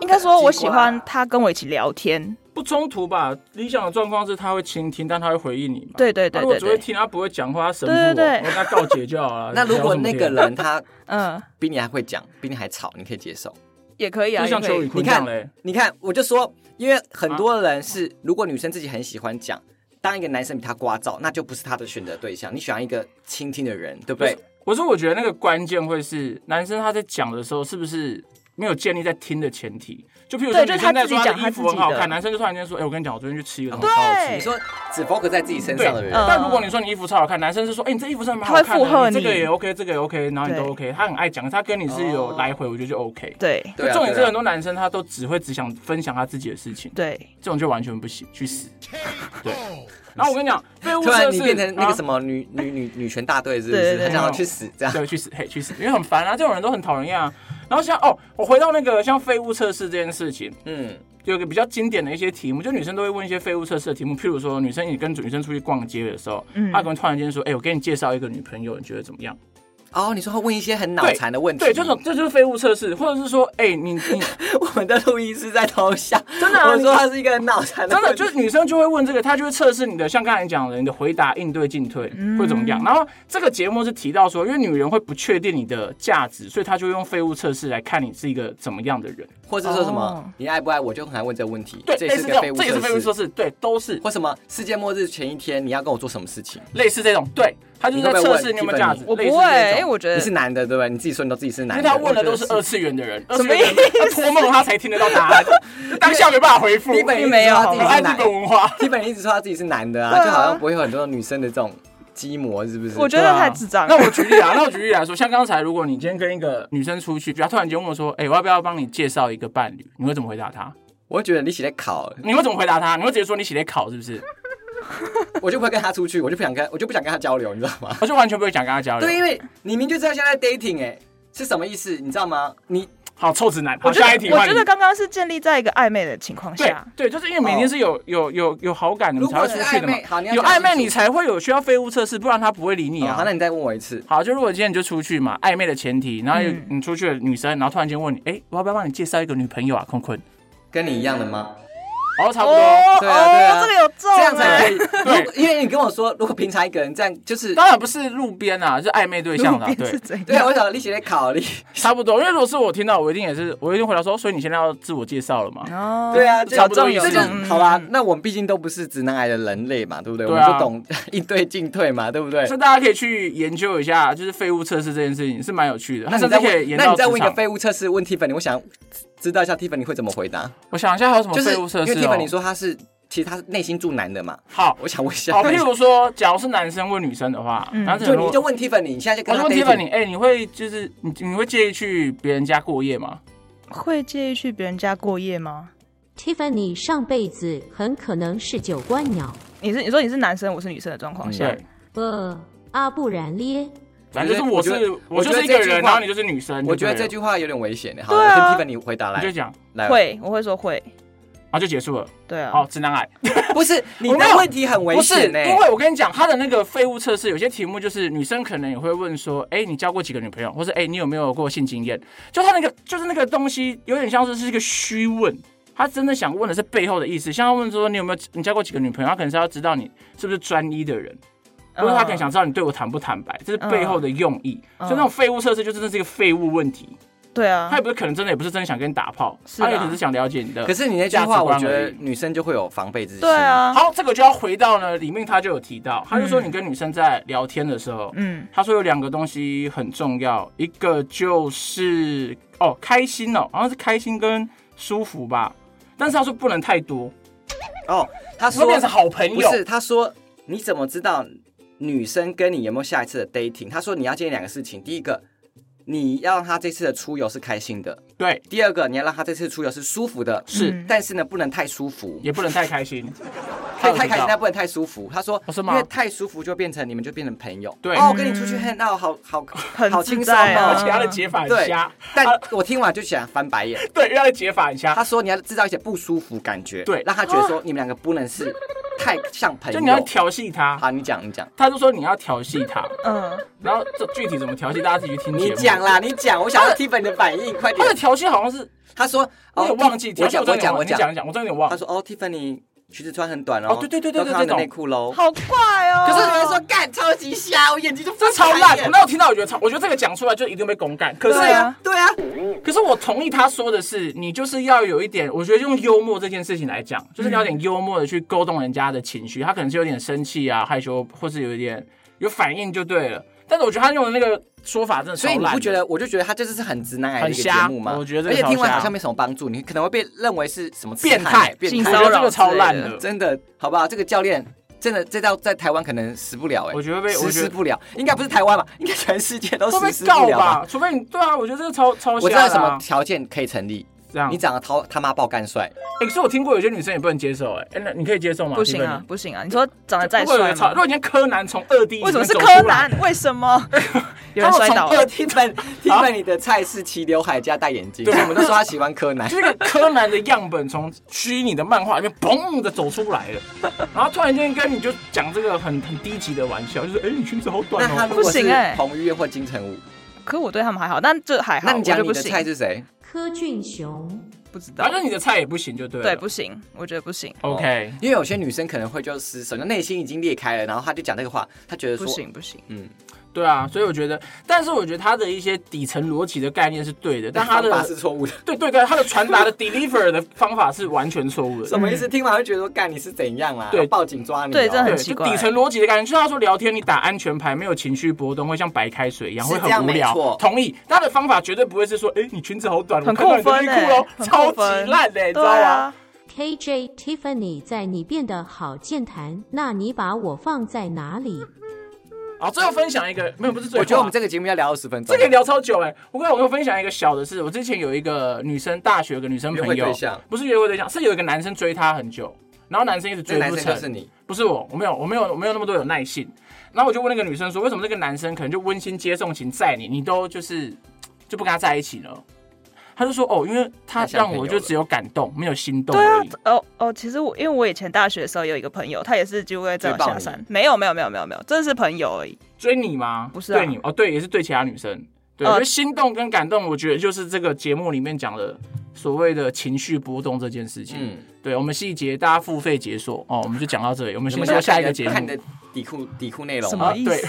[SPEAKER 3] 应该说我喜
[SPEAKER 2] 啊
[SPEAKER 3] 欢他跟我一起聊天。
[SPEAKER 2] 不冲突吧？理想的状况是他会倾听，但他会回应你嘛。
[SPEAKER 3] 对对对
[SPEAKER 2] 啊他如果
[SPEAKER 3] 对
[SPEAKER 2] 只会
[SPEAKER 3] 对，
[SPEAKER 2] 听，他不会讲话，他神父
[SPEAKER 3] 对
[SPEAKER 2] 哦，
[SPEAKER 3] 对对
[SPEAKER 2] 我跟他告解就好
[SPEAKER 3] [LAUGHS]
[SPEAKER 2] 了。
[SPEAKER 1] 那如果那个人他
[SPEAKER 3] 嗯，
[SPEAKER 1] 比你还会讲，比你还吵，你可以接受。
[SPEAKER 3] 也可以
[SPEAKER 2] 聊
[SPEAKER 3] 啊，
[SPEAKER 2] 什么天就像邱
[SPEAKER 3] 也可以
[SPEAKER 2] 宇坤
[SPEAKER 1] 你
[SPEAKER 2] 这样
[SPEAKER 1] 看
[SPEAKER 2] 嘞，啊
[SPEAKER 1] 你看，我就说，因为很多人是，如果女生自己很喜欢讲，当一个男生比她聒噪，那就不是她的选择对象。你喜欢一个倾听的人，对不对？
[SPEAKER 2] 我说我觉得那个关键会是男生他在讲的时候是不是没有建立在听的前提？就譬如说
[SPEAKER 3] 对
[SPEAKER 2] 女
[SPEAKER 3] 就是
[SPEAKER 2] 生
[SPEAKER 3] 他
[SPEAKER 2] 在
[SPEAKER 3] 自己
[SPEAKER 2] 说她
[SPEAKER 3] 讲他
[SPEAKER 2] 衣服
[SPEAKER 3] 自己
[SPEAKER 2] 很好
[SPEAKER 1] 的
[SPEAKER 2] 看，男生就突然间说：“哎，我跟你讲，我昨天去吃一个东西
[SPEAKER 3] 对
[SPEAKER 2] 超好吃。”
[SPEAKER 1] 你说只 focus 在自己身上的人，
[SPEAKER 3] 嗯
[SPEAKER 2] 但如果你说你衣服超好看，男生是说，哎、你这衣服真的蛮好看的，
[SPEAKER 3] 他会附和
[SPEAKER 2] 这个
[SPEAKER 3] 你
[SPEAKER 2] 也 OK，这个也 OK，然后你都
[SPEAKER 3] 对哦
[SPEAKER 2] OK，他很爱讲，他跟你是有来回，我觉得就 OK。
[SPEAKER 3] 对
[SPEAKER 1] 对啊
[SPEAKER 2] 重点
[SPEAKER 1] 对
[SPEAKER 2] 是
[SPEAKER 1] 啊
[SPEAKER 2] 很多男生他都只会只想分享他自己的事情，
[SPEAKER 3] 对，
[SPEAKER 2] 这种就完全不行，去死。对。然后我跟
[SPEAKER 3] [LAUGHS]
[SPEAKER 2] 你讲，废物
[SPEAKER 1] 突
[SPEAKER 2] 测
[SPEAKER 1] 然
[SPEAKER 2] 试
[SPEAKER 1] 你变成那个什
[SPEAKER 2] 么、
[SPEAKER 1] 么女女女女权大队，是不
[SPEAKER 3] 对
[SPEAKER 1] 是？
[SPEAKER 3] 对对
[SPEAKER 1] 很想要去死这样。
[SPEAKER 2] 对，去死，嘿，去死，因为很烦啊，这种人都很讨人厌啊。然后像哦，我回到那个像废物测试这件事情，
[SPEAKER 1] 嗯，
[SPEAKER 2] 有一个比较经典的一些题目，就女生都会问一些废物测试的题目，譬如说女生你跟女生出去逛街的时候，
[SPEAKER 3] 嗯
[SPEAKER 2] 她可能突然间说，哎、我给你介绍一个女朋友，你觉得怎么样？
[SPEAKER 1] 哦，你说会问一些很脑残的问题，
[SPEAKER 2] 对，这种这就是废物测试，或者是说，哎、
[SPEAKER 1] [LAUGHS]
[SPEAKER 2] 你你
[SPEAKER 1] 我们的录音师在偷笑，
[SPEAKER 2] 真的啊
[SPEAKER 1] 我
[SPEAKER 2] 你
[SPEAKER 1] 说他是一个很脑残的
[SPEAKER 2] 真
[SPEAKER 1] 问题，
[SPEAKER 2] 的就是女生就会问这个，她就会测试你的，像刚才你讲的，你的回答应对进退会怎么样。然后这个节目是提到说，因为女人会不确定你的价值，所以她就会用废物测试来看你是一个怎么样的人。
[SPEAKER 1] 或是说什么、
[SPEAKER 3] 哦
[SPEAKER 1] 你爱不爱我，就很爱问这个问题，
[SPEAKER 2] 对，
[SPEAKER 1] 这
[SPEAKER 2] 类
[SPEAKER 1] 也
[SPEAKER 2] 似
[SPEAKER 1] 是
[SPEAKER 2] 这
[SPEAKER 1] 个废
[SPEAKER 2] 种，
[SPEAKER 1] 物
[SPEAKER 2] 这也是废物测
[SPEAKER 1] 测试，
[SPEAKER 2] 试，对，都是
[SPEAKER 1] 或什么世界末日前一天你要跟我做什么事情？
[SPEAKER 2] 类似这种，对，她就是在测试你有没有价值。
[SPEAKER 3] 我不会，
[SPEAKER 2] 类似这
[SPEAKER 3] 因
[SPEAKER 2] 种
[SPEAKER 3] 为我觉
[SPEAKER 1] 你
[SPEAKER 3] 得
[SPEAKER 1] 是男的对不对？你自己说你都自己是
[SPEAKER 2] 因
[SPEAKER 1] 男
[SPEAKER 2] 为
[SPEAKER 1] 的，
[SPEAKER 2] 他问的都是
[SPEAKER 1] 我觉得
[SPEAKER 2] 二次元的人，
[SPEAKER 3] 什么
[SPEAKER 2] 二次元的人他托梦他才听得到答
[SPEAKER 1] [LAUGHS]
[SPEAKER 2] 案，就当下没办法回复。
[SPEAKER 1] 基本
[SPEAKER 3] 没有
[SPEAKER 1] 他自
[SPEAKER 2] 很
[SPEAKER 1] 己
[SPEAKER 2] 爱
[SPEAKER 1] 是
[SPEAKER 2] 日
[SPEAKER 1] 男，
[SPEAKER 2] 本文化，
[SPEAKER 1] 基本一直说他自己是男的啊，
[SPEAKER 3] 对啊
[SPEAKER 1] 就好像不会有很多女生的这种基模，是不是？
[SPEAKER 3] 我觉得太智障
[SPEAKER 2] [LAUGHS]
[SPEAKER 3] 了
[SPEAKER 2] 那我举例啊，那我举例来说，像刚才，如果你今天跟一个女生出去，比如她突然间问我说：“哎、我要不要帮你介绍一个伴侣？”你会怎么回答她？
[SPEAKER 1] 我会觉得你写在考，
[SPEAKER 2] 你会怎么回答她？你会直接说你写的考是不是？
[SPEAKER 1] 我就不会跟他出去，我就不想跟，我就不想跟他交流，你知道吗？
[SPEAKER 2] 我就完全不会想跟她交流。
[SPEAKER 1] 对，因，为你明明就知道现在 dating 哎、是什么意思，你知道吗？你
[SPEAKER 2] 好臭直男。好，
[SPEAKER 3] 我觉
[SPEAKER 2] 下一题
[SPEAKER 3] 得我
[SPEAKER 2] 换
[SPEAKER 3] 觉
[SPEAKER 2] 你。
[SPEAKER 3] 得刚刚是建立在一个暧昧的情况
[SPEAKER 2] 对
[SPEAKER 3] 下，
[SPEAKER 2] 对，就是因为每天是有有有有好感，你
[SPEAKER 1] 哦
[SPEAKER 2] 们
[SPEAKER 1] 如
[SPEAKER 2] 才会
[SPEAKER 1] 果
[SPEAKER 2] 出
[SPEAKER 1] 是
[SPEAKER 2] 去
[SPEAKER 1] 暧
[SPEAKER 2] 的嘛
[SPEAKER 1] 昧，。好，你要
[SPEAKER 2] 有
[SPEAKER 1] 讲
[SPEAKER 2] 暧昧，
[SPEAKER 1] 清楚
[SPEAKER 2] 你才会有需要废物测试，不然他不会理你
[SPEAKER 1] 哦好，那
[SPEAKER 2] 啊。
[SPEAKER 1] 你再问我一次。
[SPEAKER 2] 好，就如果今天你就出去嘛，暧昧的前提，然后有
[SPEAKER 3] 嗯
[SPEAKER 2] 你出去的女生，然后突然间问你，哎、我要不要帮你介绍一个女朋友啊，坤坤？
[SPEAKER 1] 跟你一样的吗？
[SPEAKER 2] 哦，差不多。
[SPEAKER 3] 哦
[SPEAKER 1] 对啊对啊
[SPEAKER 3] 哦，这个有中，
[SPEAKER 1] 这样才可以。
[SPEAKER 2] 对
[SPEAKER 1] 如果因为你跟我说，如果平常一个人这样，就是
[SPEAKER 2] 当然不是路边啊，是哦暧昧对象啦，
[SPEAKER 3] 路边
[SPEAKER 2] 对
[SPEAKER 3] 是，怎样？
[SPEAKER 1] 对我想你写在考虑。
[SPEAKER 2] 差不多。因为如果是我听到，我一定也是，我一定回答说，哦所以你现在要自我介绍了嘛？ [LAUGHS]
[SPEAKER 3] 哦，
[SPEAKER 1] 对啊，
[SPEAKER 2] 差不多
[SPEAKER 1] 有
[SPEAKER 2] 有
[SPEAKER 1] 这就
[SPEAKER 2] 这
[SPEAKER 1] 是
[SPEAKER 2] 种
[SPEAKER 1] 好啦。那我们毕竟都不是直男癌的人类嘛，对不对？我
[SPEAKER 2] 对
[SPEAKER 1] 们
[SPEAKER 2] 啊
[SPEAKER 1] 就懂 [LAUGHS] 应对进退嘛，对不对
[SPEAKER 2] 所？以大家可以去研究一下，就是废物测试这件事情是蛮有趣的，它
[SPEAKER 1] 那你
[SPEAKER 2] 甚至
[SPEAKER 1] 再
[SPEAKER 2] 可以
[SPEAKER 1] 问，
[SPEAKER 2] 研
[SPEAKER 1] 那
[SPEAKER 2] 到
[SPEAKER 1] 你再问
[SPEAKER 2] 职
[SPEAKER 1] 一个
[SPEAKER 2] 场。
[SPEAKER 1] 废物测试问 Tiffany，我想知道一下 Tiffany 会怎么回答。
[SPEAKER 2] 我想一下还有什么
[SPEAKER 1] 就是
[SPEAKER 2] 废
[SPEAKER 1] 因
[SPEAKER 2] 物
[SPEAKER 1] 为
[SPEAKER 2] 测试
[SPEAKER 1] Tiffany
[SPEAKER 2] 哦。
[SPEAKER 1] 说他是，其实他内心住男的嘛。
[SPEAKER 2] 好，
[SPEAKER 1] 我想问一下，
[SPEAKER 2] 好，哦譬如说，假如是男生问女生的话，
[SPEAKER 3] 嗯
[SPEAKER 2] 然后这
[SPEAKER 1] 就
[SPEAKER 2] 个人
[SPEAKER 1] 你就问 Tiffany，你现在就跟
[SPEAKER 2] 我就
[SPEAKER 1] 他
[SPEAKER 2] 问
[SPEAKER 1] dating，
[SPEAKER 2] Tiffany，哎，你会就是你你会介意去别人家过夜吗？
[SPEAKER 3] 会介意去别人家过夜吗？
[SPEAKER 6] Tiffany 上辈子很可能是九官鸟，
[SPEAKER 3] 你是你说你是男生，我是女生的状况
[SPEAKER 1] 嗯
[SPEAKER 3] 下，
[SPEAKER 2] 对，
[SPEAKER 6] 呃，啊不然咧，
[SPEAKER 2] 反正就是我
[SPEAKER 1] 我觉
[SPEAKER 2] 是
[SPEAKER 1] 得
[SPEAKER 2] 我就是一
[SPEAKER 1] 我觉
[SPEAKER 2] 个
[SPEAKER 1] 得这句
[SPEAKER 2] 人，
[SPEAKER 1] 话
[SPEAKER 2] 然后你就是女生。
[SPEAKER 1] 我觉得
[SPEAKER 2] 嗯就对
[SPEAKER 1] 这
[SPEAKER 2] 了
[SPEAKER 1] 句话有点危险欸的。好，
[SPEAKER 3] 对
[SPEAKER 1] 我
[SPEAKER 3] 啊
[SPEAKER 1] 跟 Tiffany 回答
[SPEAKER 2] 你就
[SPEAKER 1] 来
[SPEAKER 2] 讲，
[SPEAKER 1] 来，
[SPEAKER 3] 会，我会说会，
[SPEAKER 2] 然后就结束了。
[SPEAKER 3] 对啊，
[SPEAKER 2] 好，直男癌。
[SPEAKER 1] 不是你
[SPEAKER 2] 我没
[SPEAKER 1] 的
[SPEAKER 2] 有
[SPEAKER 1] 问题很嗯危
[SPEAKER 2] 不是，
[SPEAKER 1] 险欸呢，
[SPEAKER 2] 因为我跟你讲，他的那个废物测试，有些题目就是女生可能也会问说，哎、你交过几个女朋友，或者哎、你有没有过性经验？就他那个，就是那个东西，有点像是是一个虚问。他真的想问的是背后的意思，像他问说你有没有你交过几个女朋友，他可能是要知道你是不是专一的人，
[SPEAKER 3] 嗯，
[SPEAKER 2] 或者他可能想知道你对我坦不坦白，这是背后的用意。
[SPEAKER 3] 嗯
[SPEAKER 2] 所以那种废物测试就真的是一个废物问题，
[SPEAKER 3] 对啊
[SPEAKER 2] 他也，不是可能真的也不是真的想跟你打炮，
[SPEAKER 3] 是啊
[SPEAKER 2] 他也可能是想了解你的。
[SPEAKER 1] 可是你那句
[SPEAKER 2] 价值
[SPEAKER 1] 话，我
[SPEAKER 2] 观
[SPEAKER 1] 觉
[SPEAKER 2] 而
[SPEAKER 1] 得
[SPEAKER 2] 已
[SPEAKER 1] 女生就会有防备之心。
[SPEAKER 3] 对，啊，
[SPEAKER 2] 好，这个就要回到呢，里面他就有提到，他就说你跟女生在聊天的时候，
[SPEAKER 3] 嗯，
[SPEAKER 2] 他说有两个东西很重要，一个就是哦开心哦，好像是开心跟舒服吧，但是他说不能太多，
[SPEAKER 1] 哦，他
[SPEAKER 2] 说
[SPEAKER 1] 说
[SPEAKER 2] 变成好朋
[SPEAKER 1] 不
[SPEAKER 2] 友，
[SPEAKER 1] 是，他说你怎么知道女生跟你有没有下一次的 dating？他说你要建议两个事情，第一个，你要让她这次的出游是开心的；
[SPEAKER 2] 对，
[SPEAKER 1] 第二个，你要让她这次出游是舒服的。
[SPEAKER 2] 是、
[SPEAKER 3] 嗯
[SPEAKER 1] 但是呢，不能太舒服，
[SPEAKER 2] 也不能太开心，
[SPEAKER 1] 太太开心，
[SPEAKER 2] 他
[SPEAKER 1] 但
[SPEAKER 2] 有提到
[SPEAKER 1] 不能太舒服。他说，
[SPEAKER 2] 哦是
[SPEAKER 1] 因
[SPEAKER 2] 吗
[SPEAKER 1] 为太舒服就变成你们就变成朋友。
[SPEAKER 2] 对
[SPEAKER 1] 哦，我跟你出去 hang out，好好
[SPEAKER 3] 很
[SPEAKER 1] 好
[SPEAKER 3] 自
[SPEAKER 1] 轻松
[SPEAKER 3] 在啊
[SPEAKER 2] 而
[SPEAKER 1] 哦。
[SPEAKER 2] 且他的解法很
[SPEAKER 1] 对
[SPEAKER 2] 瞎，，啊
[SPEAKER 1] 但我听完就想翻白眼。
[SPEAKER 2] 对，因为他的解法很瞎
[SPEAKER 1] 他，说你要制造一些不舒服感觉，
[SPEAKER 2] 对
[SPEAKER 1] 让他觉得说你们两个不能是太像朋友。
[SPEAKER 2] 就你要调戏他，
[SPEAKER 1] 好，你讲，你讲，
[SPEAKER 2] 他就说你要调戏他， [LAUGHS]
[SPEAKER 3] 嗯，
[SPEAKER 2] 然后这具体怎么调戏，大家自己去听节
[SPEAKER 1] 你
[SPEAKER 2] 目。
[SPEAKER 1] 讲啦，你讲，我想要 Tiffany 的反应，快
[SPEAKER 2] 他
[SPEAKER 1] 点
[SPEAKER 2] 的。调戏好像是，
[SPEAKER 1] 他说，
[SPEAKER 2] 我
[SPEAKER 1] 哦
[SPEAKER 2] 有，忘记，
[SPEAKER 1] 我
[SPEAKER 2] 调戏
[SPEAKER 1] 讲，我讲，我
[SPEAKER 2] 真的有点忘记你
[SPEAKER 1] 讲
[SPEAKER 2] 讲一。讲，我真的有点忘
[SPEAKER 1] 他
[SPEAKER 2] 了。
[SPEAKER 1] 说，哦，Tiffany 裙子穿很短哦，
[SPEAKER 2] 哦对对对对
[SPEAKER 1] 要看她
[SPEAKER 2] 这
[SPEAKER 1] 的
[SPEAKER 2] 种啊
[SPEAKER 1] 内裤喽。
[SPEAKER 3] 好怪哦，
[SPEAKER 1] 可是有人说干超级瞎，我眼睛就
[SPEAKER 2] 这超
[SPEAKER 1] 翻
[SPEAKER 2] 烂
[SPEAKER 1] 白！
[SPEAKER 2] 啊我
[SPEAKER 1] 眼
[SPEAKER 2] 那我听到，我觉得超，我觉得这个讲出来就一定被公干。可是，
[SPEAKER 1] 对啊，对啊，
[SPEAKER 2] 可是我同意他说的是，你就是要有一点，我觉得用幽默这件事情来讲，就是你要有
[SPEAKER 1] 嗯
[SPEAKER 2] 点幽默的去勾动人家的情绪，他可能是有点生气啊、害羞，或是有一点有反应就对了。但是我觉得他用的那个说法真的超
[SPEAKER 1] 所
[SPEAKER 2] 烂
[SPEAKER 1] 以
[SPEAKER 2] 的，
[SPEAKER 1] 你不觉得？我就觉得他这就是很直男癌的一个节目嘛。
[SPEAKER 2] 很瞎我觉得
[SPEAKER 1] 而
[SPEAKER 2] 这
[SPEAKER 1] 且
[SPEAKER 2] 个
[SPEAKER 1] 听完
[SPEAKER 2] 超瞎
[SPEAKER 1] 好像没什么帮助，你可能会被认为是什么痴
[SPEAKER 2] 变态
[SPEAKER 1] 变
[SPEAKER 3] 性
[SPEAKER 2] 我
[SPEAKER 1] 态
[SPEAKER 2] 觉
[SPEAKER 3] 骚
[SPEAKER 2] 得
[SPEAKER 3] 扰
[SPEAKER 2] 这个超烂
[SPEAKER 3] 之
[SPEAKER 2] 的。
[SPEAKER 1] 真的，好不好？这个教练真的这道在台湾可能实不了哎、
[SPEAKER 2] 我觉得被我
[SPEAKER 1] 实
[SPEAKER 2] 觉得
[SPEAKER 1] 施不了，应该不是台湾吧？应该全世界都
[SPEAKER 2] 会
[SPEAKER 1] 实
[SPEAKER 2] 被
[SPEAKER 1] 施
[SPEAKER 2] 告
[SPEAKER 1] 不了吧？
[SPEAKER 2] 吧？除非你对啊，我觉得这个超超
[SPEAKER 1] 我知
[SPEAKER 2] 瞎
[SPEAKER 1] 道
[SPEAKER 2] 的
[SPEAKER 1] 什么
[SPEAKER 2] 啊
[SPEAKER 1] 条件可以成立，
[SPEAKER 2] 这样
[SPEAKER 1] 你。长得超他妈爆干帅，
[SPEAKER 2] 哎、可是我听过有些女生也不能接受、哎，哎，那你可以接受吗？
[SPEAKER 3] 不行
[SPEAKER 2] Tiffany
[SPEAKER 3] 啊，不行啊，你说长得再
[SPEAKER 2] 如果有
[SPEAKER 3] 帅
[SPEAKER 2] 人吵，
[SPEAKER 3] 吗
[SPEAKER 2] 如？果今天柯南从二 D
[SPEAKER 3] 为什么是
[SPEAKER 2] 里面走
[SPEAKER 3] 柯
[SPEAKER 2] 出来
[SPEAKER 3] 南？？为什么有
[SPEAKER 2] 他
[SPEAKER 3] 人
[SPEAKER 2] 们
[SPEAKER 3] 摔
[SPEAKER 2] 从
[SPEAKER 3] 倒
[SPEAKER 2] 二
[SPEAKER 3] 了？
[SPEAKER 1] 听本听本你的菜是齐刘海加戴眼镜，
[SPEAKER 2] 对
[SPEAKER 1] 我们都说他喜欢柯南
[SPEAKER 2] 就。是一个柯南的样本从虚拟的漫画里面嘣的走出来了，然后突然间跟你就讲这个很很低级的玩笑，就是哎、你裙子好短
[SPEAKER 1] 那他
[SPEAKER 2] 哦。
[SPEAKER 1] 如果
[SPEAKER 3] 不
[SPEAKER 1] 是
[SPEAKER 3] 行欸
[SPEAKER 1] 彭于晏或金城武，
[SPEAKER 3] 可我对他们还好，但这还好，
[SPEAKER 1] 那你
[SPEAKER 3] 我
[SPEAKER 1] 讲
[SPEAKER 3] 就
[SPEAKER 1] 你
[SPEAKER 3] 不
[SPEAKER 1] 的菜
[SPEAKER 3] 行，
[SPEAKER 1] 是谁？
[SPEAKER 6] 柯俊雄。
[SPEAKER 3] 不知道
[SPEAKER 2] 反，正你的菜也不行就对了。
[SPEAKER 3] 对，不行，我觉得不行，
[SPEAKER 2] OK，
[SPEAKER 1] 因为有些女生可能会就失手，就内心已经裂开了，然后她就讲这个话，她觉得
[SPEAKER 3] 不
[SPEAKER 1] 说，
[SPEAKER 3] 行，不行，
[SPEAKER 1] 嗯，
[SPEAKER 2] 对啊，所以我觉得，但是我觉得他的一些底层逻辑的概念是对的，但他
[SPEAKER 1] 方法
[SPEAKER 2] 的
[SPEAKER 1] 是错误的。
[SPEAKER 2] 对对对，他的传
[SPEAKER 1] [LAUGHS]
[SPEAKER 2] 达的 deliver 的方法是完全错误的。
[SPEAKER 1] 什么意思？听完会觉得说干你是怎样啦？
[SPEAKER 2] 对
[SPEAKER 1] 要报警抓你哦。
[SPEAKER 3] 对真的
[SPEAKER 2] 对，
[SPEAKER 3] 很
[SPEAKER 2] 就
[SPEAKER 3] 奇怪
[SPEAKER 2] 底层逻辑的感觉，就是他说聊天你打安全牌，没有情绪波动，会像白开水一样，
[SPEAKER 1] 是
[SPEAKER 2] 会
[SPEAKER 1] 这样
[SPEAKER 2] 很无
[SPEAKER 1] 没
[SPEAKER 2] 聊
[SPEAKER 1] 错。
[SPEAKER 2] 同意，他的方法绝对不会是说，哎、你裙子好短，我
[SPEAKER 3] 很
[SPEAKER 2] 看到
[SPEAKER 3] 扣
[SPEAKER 2] 你的
[SPEAKER 3] 分
[SPEAKER 2] 内
[SPEAKER 1] [LAUGHS]
[SPEAKER 3] 欸
[SPEAKER 2] 裤喽，
[SPEAKER 3] 很
[SPEAKER 2] 超
[SPEAKER 3] 扣
[SPEAKER 2] 级
[SPEAKER 3] 分
[SPEAKER 2] 烂的、你知
[SPEAKER 3] 对
[SPEAKER 2] 道吗？
[SPEAKER 3] 啊，
[SPEAKER 6] KJ Tiffany 在你变得好健谈，那你把我放在哪里？
[SPEAKER 2] 好，最后分享一个，没有，不是最后啊，
[SPEAKER 1] 我觉得我们这个节目要聊二十分钟。
[SPEAKER 2] 这个聊超久哎、我跟我有分享一个小的事，我之前有一个女生，大学有个女生朋
[SPEAKER 1] 约会
[SPEAKER 2] 友
[SPEAKER 1] 对象，
[SPEAKER 2] 不是约会对象，是有一个男生追她很久，然后男生一直
[SPEAKER 1] 这
[SPEAKER 2] 追
[SPEAKER 1] 个男
[SPEAKER 2] 不
[SPEAKER 1] 生
[SPEAKER 2] 成，
[SPEAKER 1] 就是你，
[SPEAKER 2] 不是我，我没有，我没有，我没有那么多有耐性。然后我就问那个女生说，为什么这个男生可能就温馨接送情载你，你都就是就不跟他在一起呢？她就说哦，因为
[SPEAKER 1] 太
[SPEAKER 2] 他
[SPEAKER 1] 像
[SPEAKER 2] 让
[SPEAKER 1] 朋友
[SPEAKER 2] 我
[SPEAKER 1] 了
[SPEAKER 2] 就只有感动，没有心动
[SPEAKER 3] 对啊
[SPEAKER 2] 而已。，
[SPEAKER 3] 哦哦，其实我因为我以前大学的时候有一个朋友，他也是几乎会载我
[SPEAKER 1] 追爆
[SPEAKER 3] 下
[SPEAKER 1] 你
[SPEAKER 3] 山，没有没有没有没有没有，真的是朋友而已。
[SPEAKER 2] 追你吗？
[SPEAKER 3] 不是啊
[SPEAKER 2] 对你哦，对，也是对其他女生。对，
[SPEAKER 3] 呃
[SPEAKER 2] 我觉得心动跟感动，我觉得就是这个节目里面讲的所谓的情绪波动这件事情。
[SPEAKER 1] 嗯，
[SPEAKER 2] 对，我们细节大家付费解锁哦，我们就讲到这里，我们
[SPEAKER 1] 你
[SPEAKER 2] 先
[SPEAKER 1] 们
[SPEAKER 2] 说
[SPEAKER 1] 想
[SPEAKER 2] 下
[SPEAKER 1] 看
[SPEAKER 2] 一
[SPEAKER 1] 你
[SPEAKER 2] 个
[SPEAKER 1] 的
[SPEAKER 2] 节目。
[SPEAKER 1] 看你的底裤底裤内容
[SPEAKER 3] 什
[SPEAKER 1] 吗
[SPEAKER 3] 么
[SPEAKER 2] 啊，
[SPEAKER 3] 意
[SPEAKER 2] 对，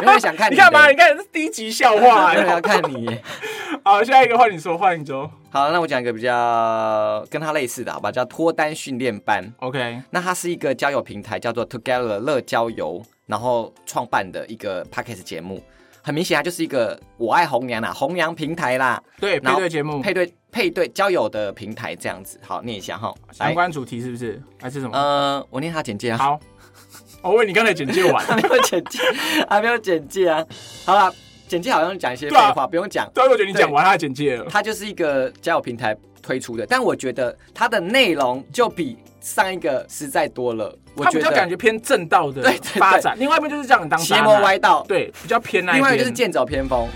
[SPEAKER 1] 没有人想看
[SPEAKER 2] 你
[SPEAKER 1] 的
[SPEAKER 2] 看嘛，你看这是第一集笑话
[SPEAKER 3] [LAUGHS]
[SPEAKER 1] 没有人要
[SPEAKER 2] 欸。
[SPEAKER 1] 看你耶。
[SPEAKER 2] 好，下一个换你说，换你说。
[SPEAKER 1] 好，那我讲一个比较跟他类似的，好吧，叫脱单训练班。
[SPEAKER 2] OK，
[SPEAKER 1] 那它是一个交友平台，叫做 Together 乐交友，然后创办的一个 podcast 节目。很明显，它就是一个我爱红娘啦，红娘平台啦，
[SPEAKER 2] 对，
[SPEAKER 1] 然
[SPEAKER 2] 配
[SPEAKER 1] 后
[SPEAKER 2] 对节目
[SPEAKER 1] 配对配对交友的平台这样子。好，念一下哈，
[SPEAKER 2] 相
[SPEAKER 1] 来，
[SPEAKER 2] 关主题是不是？还是什么？
[SPEAKER 1] 呃，我念他简介啊，
[SPEAKER 2] 好，哦我为你刚才简介完。
[SPEAKER 1] 还 [LAUGHS] 没有简介，还没有简介啊。好了，简介好像讲一些废
[SPEAKER 2] 对啊
[SPEAKER 1] 话，不用讲。
[SPEAKER 2] 对啊，我觉得你讲完他的简介 [LAUGHS] 了。
[SPEAKER 1] 它就是一个交友平台推出的，但我觉得它的内容就比上一个实在多了。我
[SPEAKER 2] 他
[SPEAKER 1] 觉
[SPEAKER 2] 比较
[SPEAKER 1] 得
[SPEAKER 2] 感觉偏正道的
[SPEAKER 1] 对对对
[SPEAKER 2] 发展，另外一边就是这样当渣
[SPEAKER 1] 邪
[SPEAKER 2] 男
[SPEAKER 1] 魔歪道，
[SPEAKER 2] 对，比较偏那一
[SPEAKER 1] 另外一
[SPEAKER 2] 边。
[SPEAKER 1] 个就是剑走偏锋。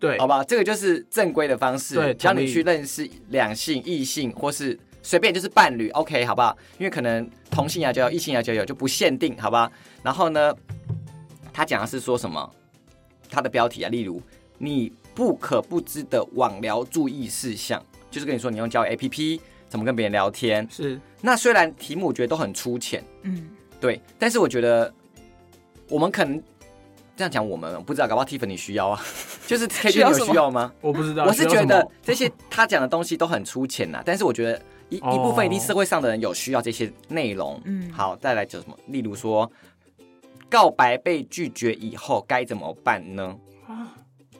[SPEAKER 2] 对
[SPEAKER 1] 好，吧，这个就是正规的方式，
[SPEAKER 2] 对
[SPEAKER 1] 教
[SPEAKER 2] 同
[SPEAKER 1] 你
[SPEAKER 2] 意
[SPEAKER 1] 去认识两性、异性，或是随便就是伴侣，OK，好不好？因为可能同性啊交友、异性啊交友就不限定，好吧？然后呢，他讲的是说什么？他的标题啊，例如你不可不知的网聊注意事项，就是跟你说你用交友 APP 怎么跟别人聊天。
[SPEAKER 2] 是
[SPEAKER 1] 那虽然题目我觉得都很粗浅，
[SPEAKER 3] 嗯，
[SPEAKER 1] 对，但是我觉得我们可能这样讲，我们不知道，搞不好 Tiffany 需要啊， [LAUGHS] 就是
[SPEAKER 3] 需
[SPEAKER 1] KJ
[SPEAKER 3] 要
[SPEAKER 1] 有
[SPEAKER 3] 什么
[SPEAKER 1] 需要吗？
[SPEAKER 2] 我不知道，
[SPEAKER 1] 我是
[SPEAKER 2] 需要
[SPEAKER 1] 觉
[SPEAKER 2] 什么
[SPEAKER 1] 得这些他讲的东西都很粗浅呐，但是我觉得一
[SPEAKER 2] 哦
[SPEAKER 1] 一部分一定社会上的人有需要这些内容。
[SPEAKER 3] 嗯
[SPEAKER 1] 好，再来就什么，例如说告白被拒绝以后该怎么办呢？
[SPEAKER 2] 啊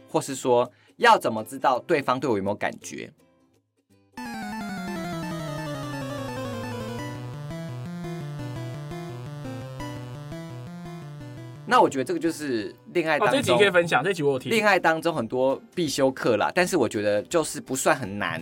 [SPEAKER 1] 或是说要怎么知道对方对我有没有感觉？那我觉得这个就是恋爱
[SPEAKER 2] 哦，
[SPEAKER 1] 当
[SPEAKER 2] 这集
[SPEAKER 1] 中
[SPEAKER 2] 可以分享，这集我有听
[SPEAKER 1] 恋。爱当中很多必修课啦，但是我觉得就是不算很难。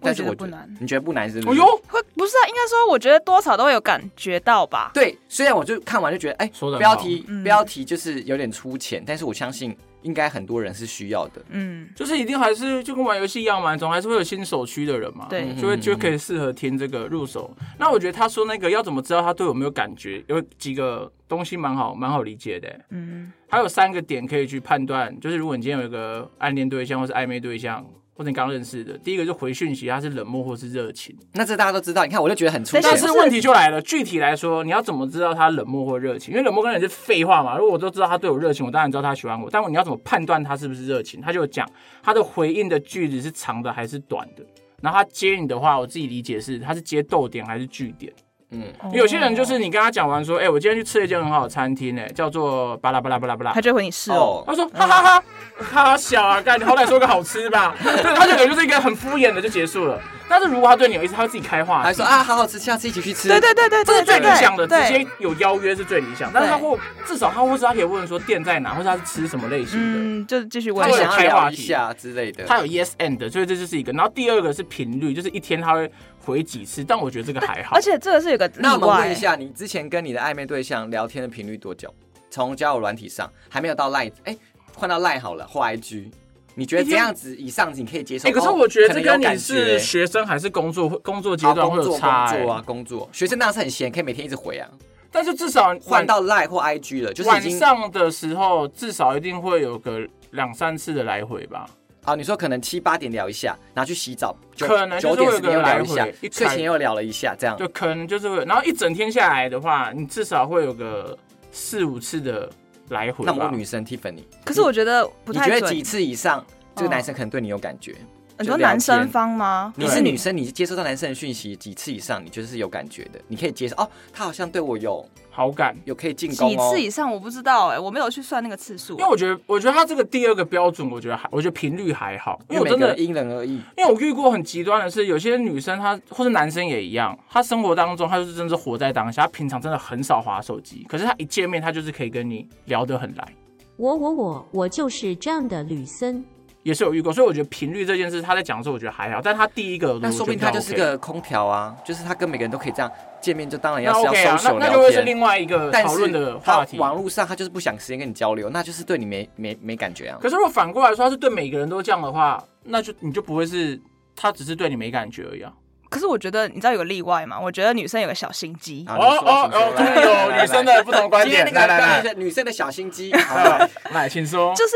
[SPEAKER 1] 但是
[SPEAKER 3] 觉得
[SPEAKER 1] 我
[SPEAKER 3] 不难
[SPEAKER 1] 你觉得不难是不
[SPEAKER 2] 哦
[SPEAKER 1] 是？
[SPEAKER 2] 哟，
[SPEAKER 3] 会不是啊？应该说，我觉得多少都会有感觉到吧。
[SPEAKER 1] 对，虽然我就看完就觉得，哎、
[SPEAKER 2] 说得很好
[SPEAKER 1] 标题、
[SPEAKER 3] 嗯
[SPEAKER 1] 标题就是有点粗浅，但是我相信应该很多人是需要的。
[SPEAKER 3] 嗯，
[SPEAKER 2] 就是一定还是就跟玩游戏一样嘛，总还是会有新手区的人嘛，嗯
[SPEAKER 3] 对
[SPEAKER 2] 就会就可以适合听这个入手。那我觉得他说那个要怎么知道他对我没有感觉，有几个东西蛮好蛮好理解的、
[SPEAKER 3] 嗯，
[SPEAKER 2] 还有三个点可以去判断，就是如果你今天有一个暗恋对象或是暧昧对象，或者你刚认识的，第一个就回讯息，他是冷漠或是热情。
[SPEAKER 1] 那这大家都知道，你看我就觉得很粗
[SPEAKER 3] 但
[SPEAKER 2] 但
[SPEAKER 1] 浅
[SPEAKER 3] 是。
[SPEAKER 2] 是问题就来了，具体来说，你要怎么知道他冷漠或热情？因为冷漠跟热情是废话嘛。如果我都知道他对我热情，我当然知道他喜欢我。但你要怎么判断他是不是热情？他就有讲他的回应的句子是长的还是短的。然后他接你的话，我自己理解是他是接逗点还是句点。
[SPEAKER 1] 嗯，
[SPEAKER 2] 有些人就是你跟他讲完说，哎、我今天去吃了一间很好的餐厅，哎，叫做巴拉巴拉巴拉巴拉
[SPEAKER 3] 他。就回你是哦，
[SPEAKER 1] 哦，
[SPEAKER 2] 他说哈哈哈，哈哈小啊，干，你好歹说个好吃吧。 [LAUGHS] 对，他这个就是一个很敷衍的就结束了。但是如果他对你有意思，他会自己开话题，
[SPEAKER 1] 还说啊，好好吃，下次一起去吃。
[SPEAKER 3] 对对对对，
[SPEAKER 2] 这是最
[SPEAKER 3] 对
[SPEAKER 2] 理
[SPEAKER 3] 对
[SPEAKER 2] 想的，
[SPEAKER 3] 对
[SPEAKER 2] 直接有邀约是最理想。但是他
[SPEAKER 3] 对
[SPEAKER 2] 或至少他或是他可以问说店在哪，或者他是吃什么类型的。
[SPEAKER 3] 嗯，就是继续
[SPEAKER 1] 他
[SPEAKER 2] 他
[SPEAKER 3] 问
[SPEAKER 2] 会
[SPEAKER 1] 想
[SPEAKER 2] 有
[SPEAKER 1] 要
[SPEAKER 2] 开话
[SPEAKER 1] 聊
[SPEAKER 2] 题
[SPEAKER 1] 一下之类的。
[SPEAKER 2] 他有 yes and，所以这就是一个。然后第二个是频率，就是一天他会回几次，但我觉得这个还好。
[SPEAKER 3] 而且这个是有个例
[SPEAKER 1] 那我们问
[SPEAKER 3] 外
[SPEAKER 1] 一，下，你之前跟你的暧昧对象聊天的频率多久？从交友软体上还没有到 Line，哎、换到 Line 好了，或 IG，你觉得这样子以上你可以接受？
[SPEAKER 2] 哎、可是
[SPEAKER 1] 哦
[SPEAKER 2] 我觉得
[SPEAKER 1] 可
[SPEAKER 2] 这
[SPEAKER 1] 能有
[SPEAKER 2] 跟你
[SPEAKER 1] 感觉
[SPEAKER 2] 是学生还是工作工作阶
[SPEAKER 1] 好
[SPEAKER 2] 段会
[SPEAKER 1] 工
[SPEAKER 2] 有
[SPEAKER 1] 作
[SPEAKER 2] 差、
[SPEAKER 1] 工作
[SPEAKER 2] 欸
[SPEAKER 1] 啊，工作。学生当然是很闲，可以每天一直回啊。
[SPEAKER 2] 但是至少
[SPEAKER 1] 换到 Line 或 IG 了，就是已
[SPEAKER 2] 晚
[SPEAKER 1] 经
[SPEAKER 2] 上的时候，至少一定会有个两三次的来回吧。
[SPEAKER 1] 啊，你说可能七八点聊一下，拿去洗澡，九
[SPEAKER 2] 可能就
[SPEAKER 1] 九
[SPEAKER 2] 是
[SPEAKER 1] 点
[SPEAKER 2] 会有
[SPEAKER 1] 十点
[SPEAKER 2] 个
[SPEAKER 1] 又
[SPEAKER 2] 来
[SPEAKER 1] 聊
[SPEAKER 2] 回
[SPEAKER 1] 一下
[SPEAKER 2] 一，
[SPEAKER 1] 睡
[SPEAKER 2] 开
[SPEAKER 1] 前又聊了一下，这样
[SPEAKER 2] 对，可能就是会。然后一整天下来的话，你至少会有个四五次的来回
[SPEAKER 1] 那
[SPEAKER 2] 吧。
[SPEAKER 1] 么我女生 Tiffany，
[SPEAKER 3] 可是我觉得不
[SPEAKER 1] 你
[SPEAKER 3] 太
[SPEAKER 1] 觉得
[SPEAKER 3] 准
[SPEAKER 1] 几。次以上，这个
[SPEAKER 3] 嗯
[SPEAKER 1] 男生可能对你有感觉？
[SPEAKER 3] 很
[SPEAKER 1] 就
[SPEAKER 3] 多
[SPEAKER 1] 聊
[SPEAKER 3] 男生
[SPEAKER 1] 天
[SPEAKER 3] 方吗？
[SPEAKER 1] 你是女生，你接收到男生的讯息几次以上，你就是有感觉的，你可以接受哦，他好像对我有
[SPEAKER 2] 好感，
[SPEAKER 1] 有可以进攻
[SPEAKER 3] 几
[SPEAKER 1] 哦
[SPEAKER 3] 次。以上我不知道哎，我没有去算那个次数
[SPEAKER 2] 因为。我觉得，我觉得他这个第二个标准，我觉得还，我觉得频率还好，因
[SPEAKER 1] 因为
[SPEAKER 2] 为我
[SPEAKER 1] 每
[SPEAKER 2] 真
[SPEAKER 1] 个
[SPEAKER 2] 的
[SPEAKER 1] 人，因人而异，
[SPEAKER 2] 因为我遇过很极端的是，有些女生她或是男生也一样，她生活当中她就是真的是活在当下，她平常真的很少划手机，可是她一见面，她就是可以跟你聊得很来，
[SPEAKER 6] 我我我我就是这样的吕森。
[SPEAKER 2] 也是有遇过，所以我觉得频率这件事，她在讲的时候，我觉得还好，但她第一个，
[SPEAKER 1] 那说不定他就是。个空调啊，就是他跟每个人都可以这样见面，就当然要
[SPEAKER 2] 那
[SPEAKER 1] 是
[SPEAKER 2] OK
[SPEAKER 1] 要
[SPEAKER 2] 啊，那
[SPEAKER 1] social
[SPEAKER 2] 那就会是
[SPEAKER 1] 聊天。
[SPEAKER 2] 另外一个
[SPEAKER 1] 但
[SPEAKER 2] 讨论
[SPEAKER 1] 是
[SPEAKER 2] 的
[SPEAKER 1] 他
[SPEAKER 2] 话题。
[SPEAKER 1] 网络上他就是不想时间跟你交流，那就是对你没没没感觉啊。
[SPEAKER 2] 可是如果反过来说，他是对每个人都这样的话，那就你就不会是他只是对你没感觉而已啊。
[SPEAKER 3] 可是我觉得你知道有个例外嘛？我觉得女生有个小心机，
[SPEAKER 1] 啊
[SPEAKER 2] 哦哦哦，终于有女生的不同观
[SPEAKER 1] 今天
[SPEAKER 2] 点
[SPEAKER 1] 那，个
[SPEAKER 2] 来来来，
[SPEAKER 1] 是女生的小心机，
[SPEAKER 2] 来来，请说，
[SPEAKER 3] 就是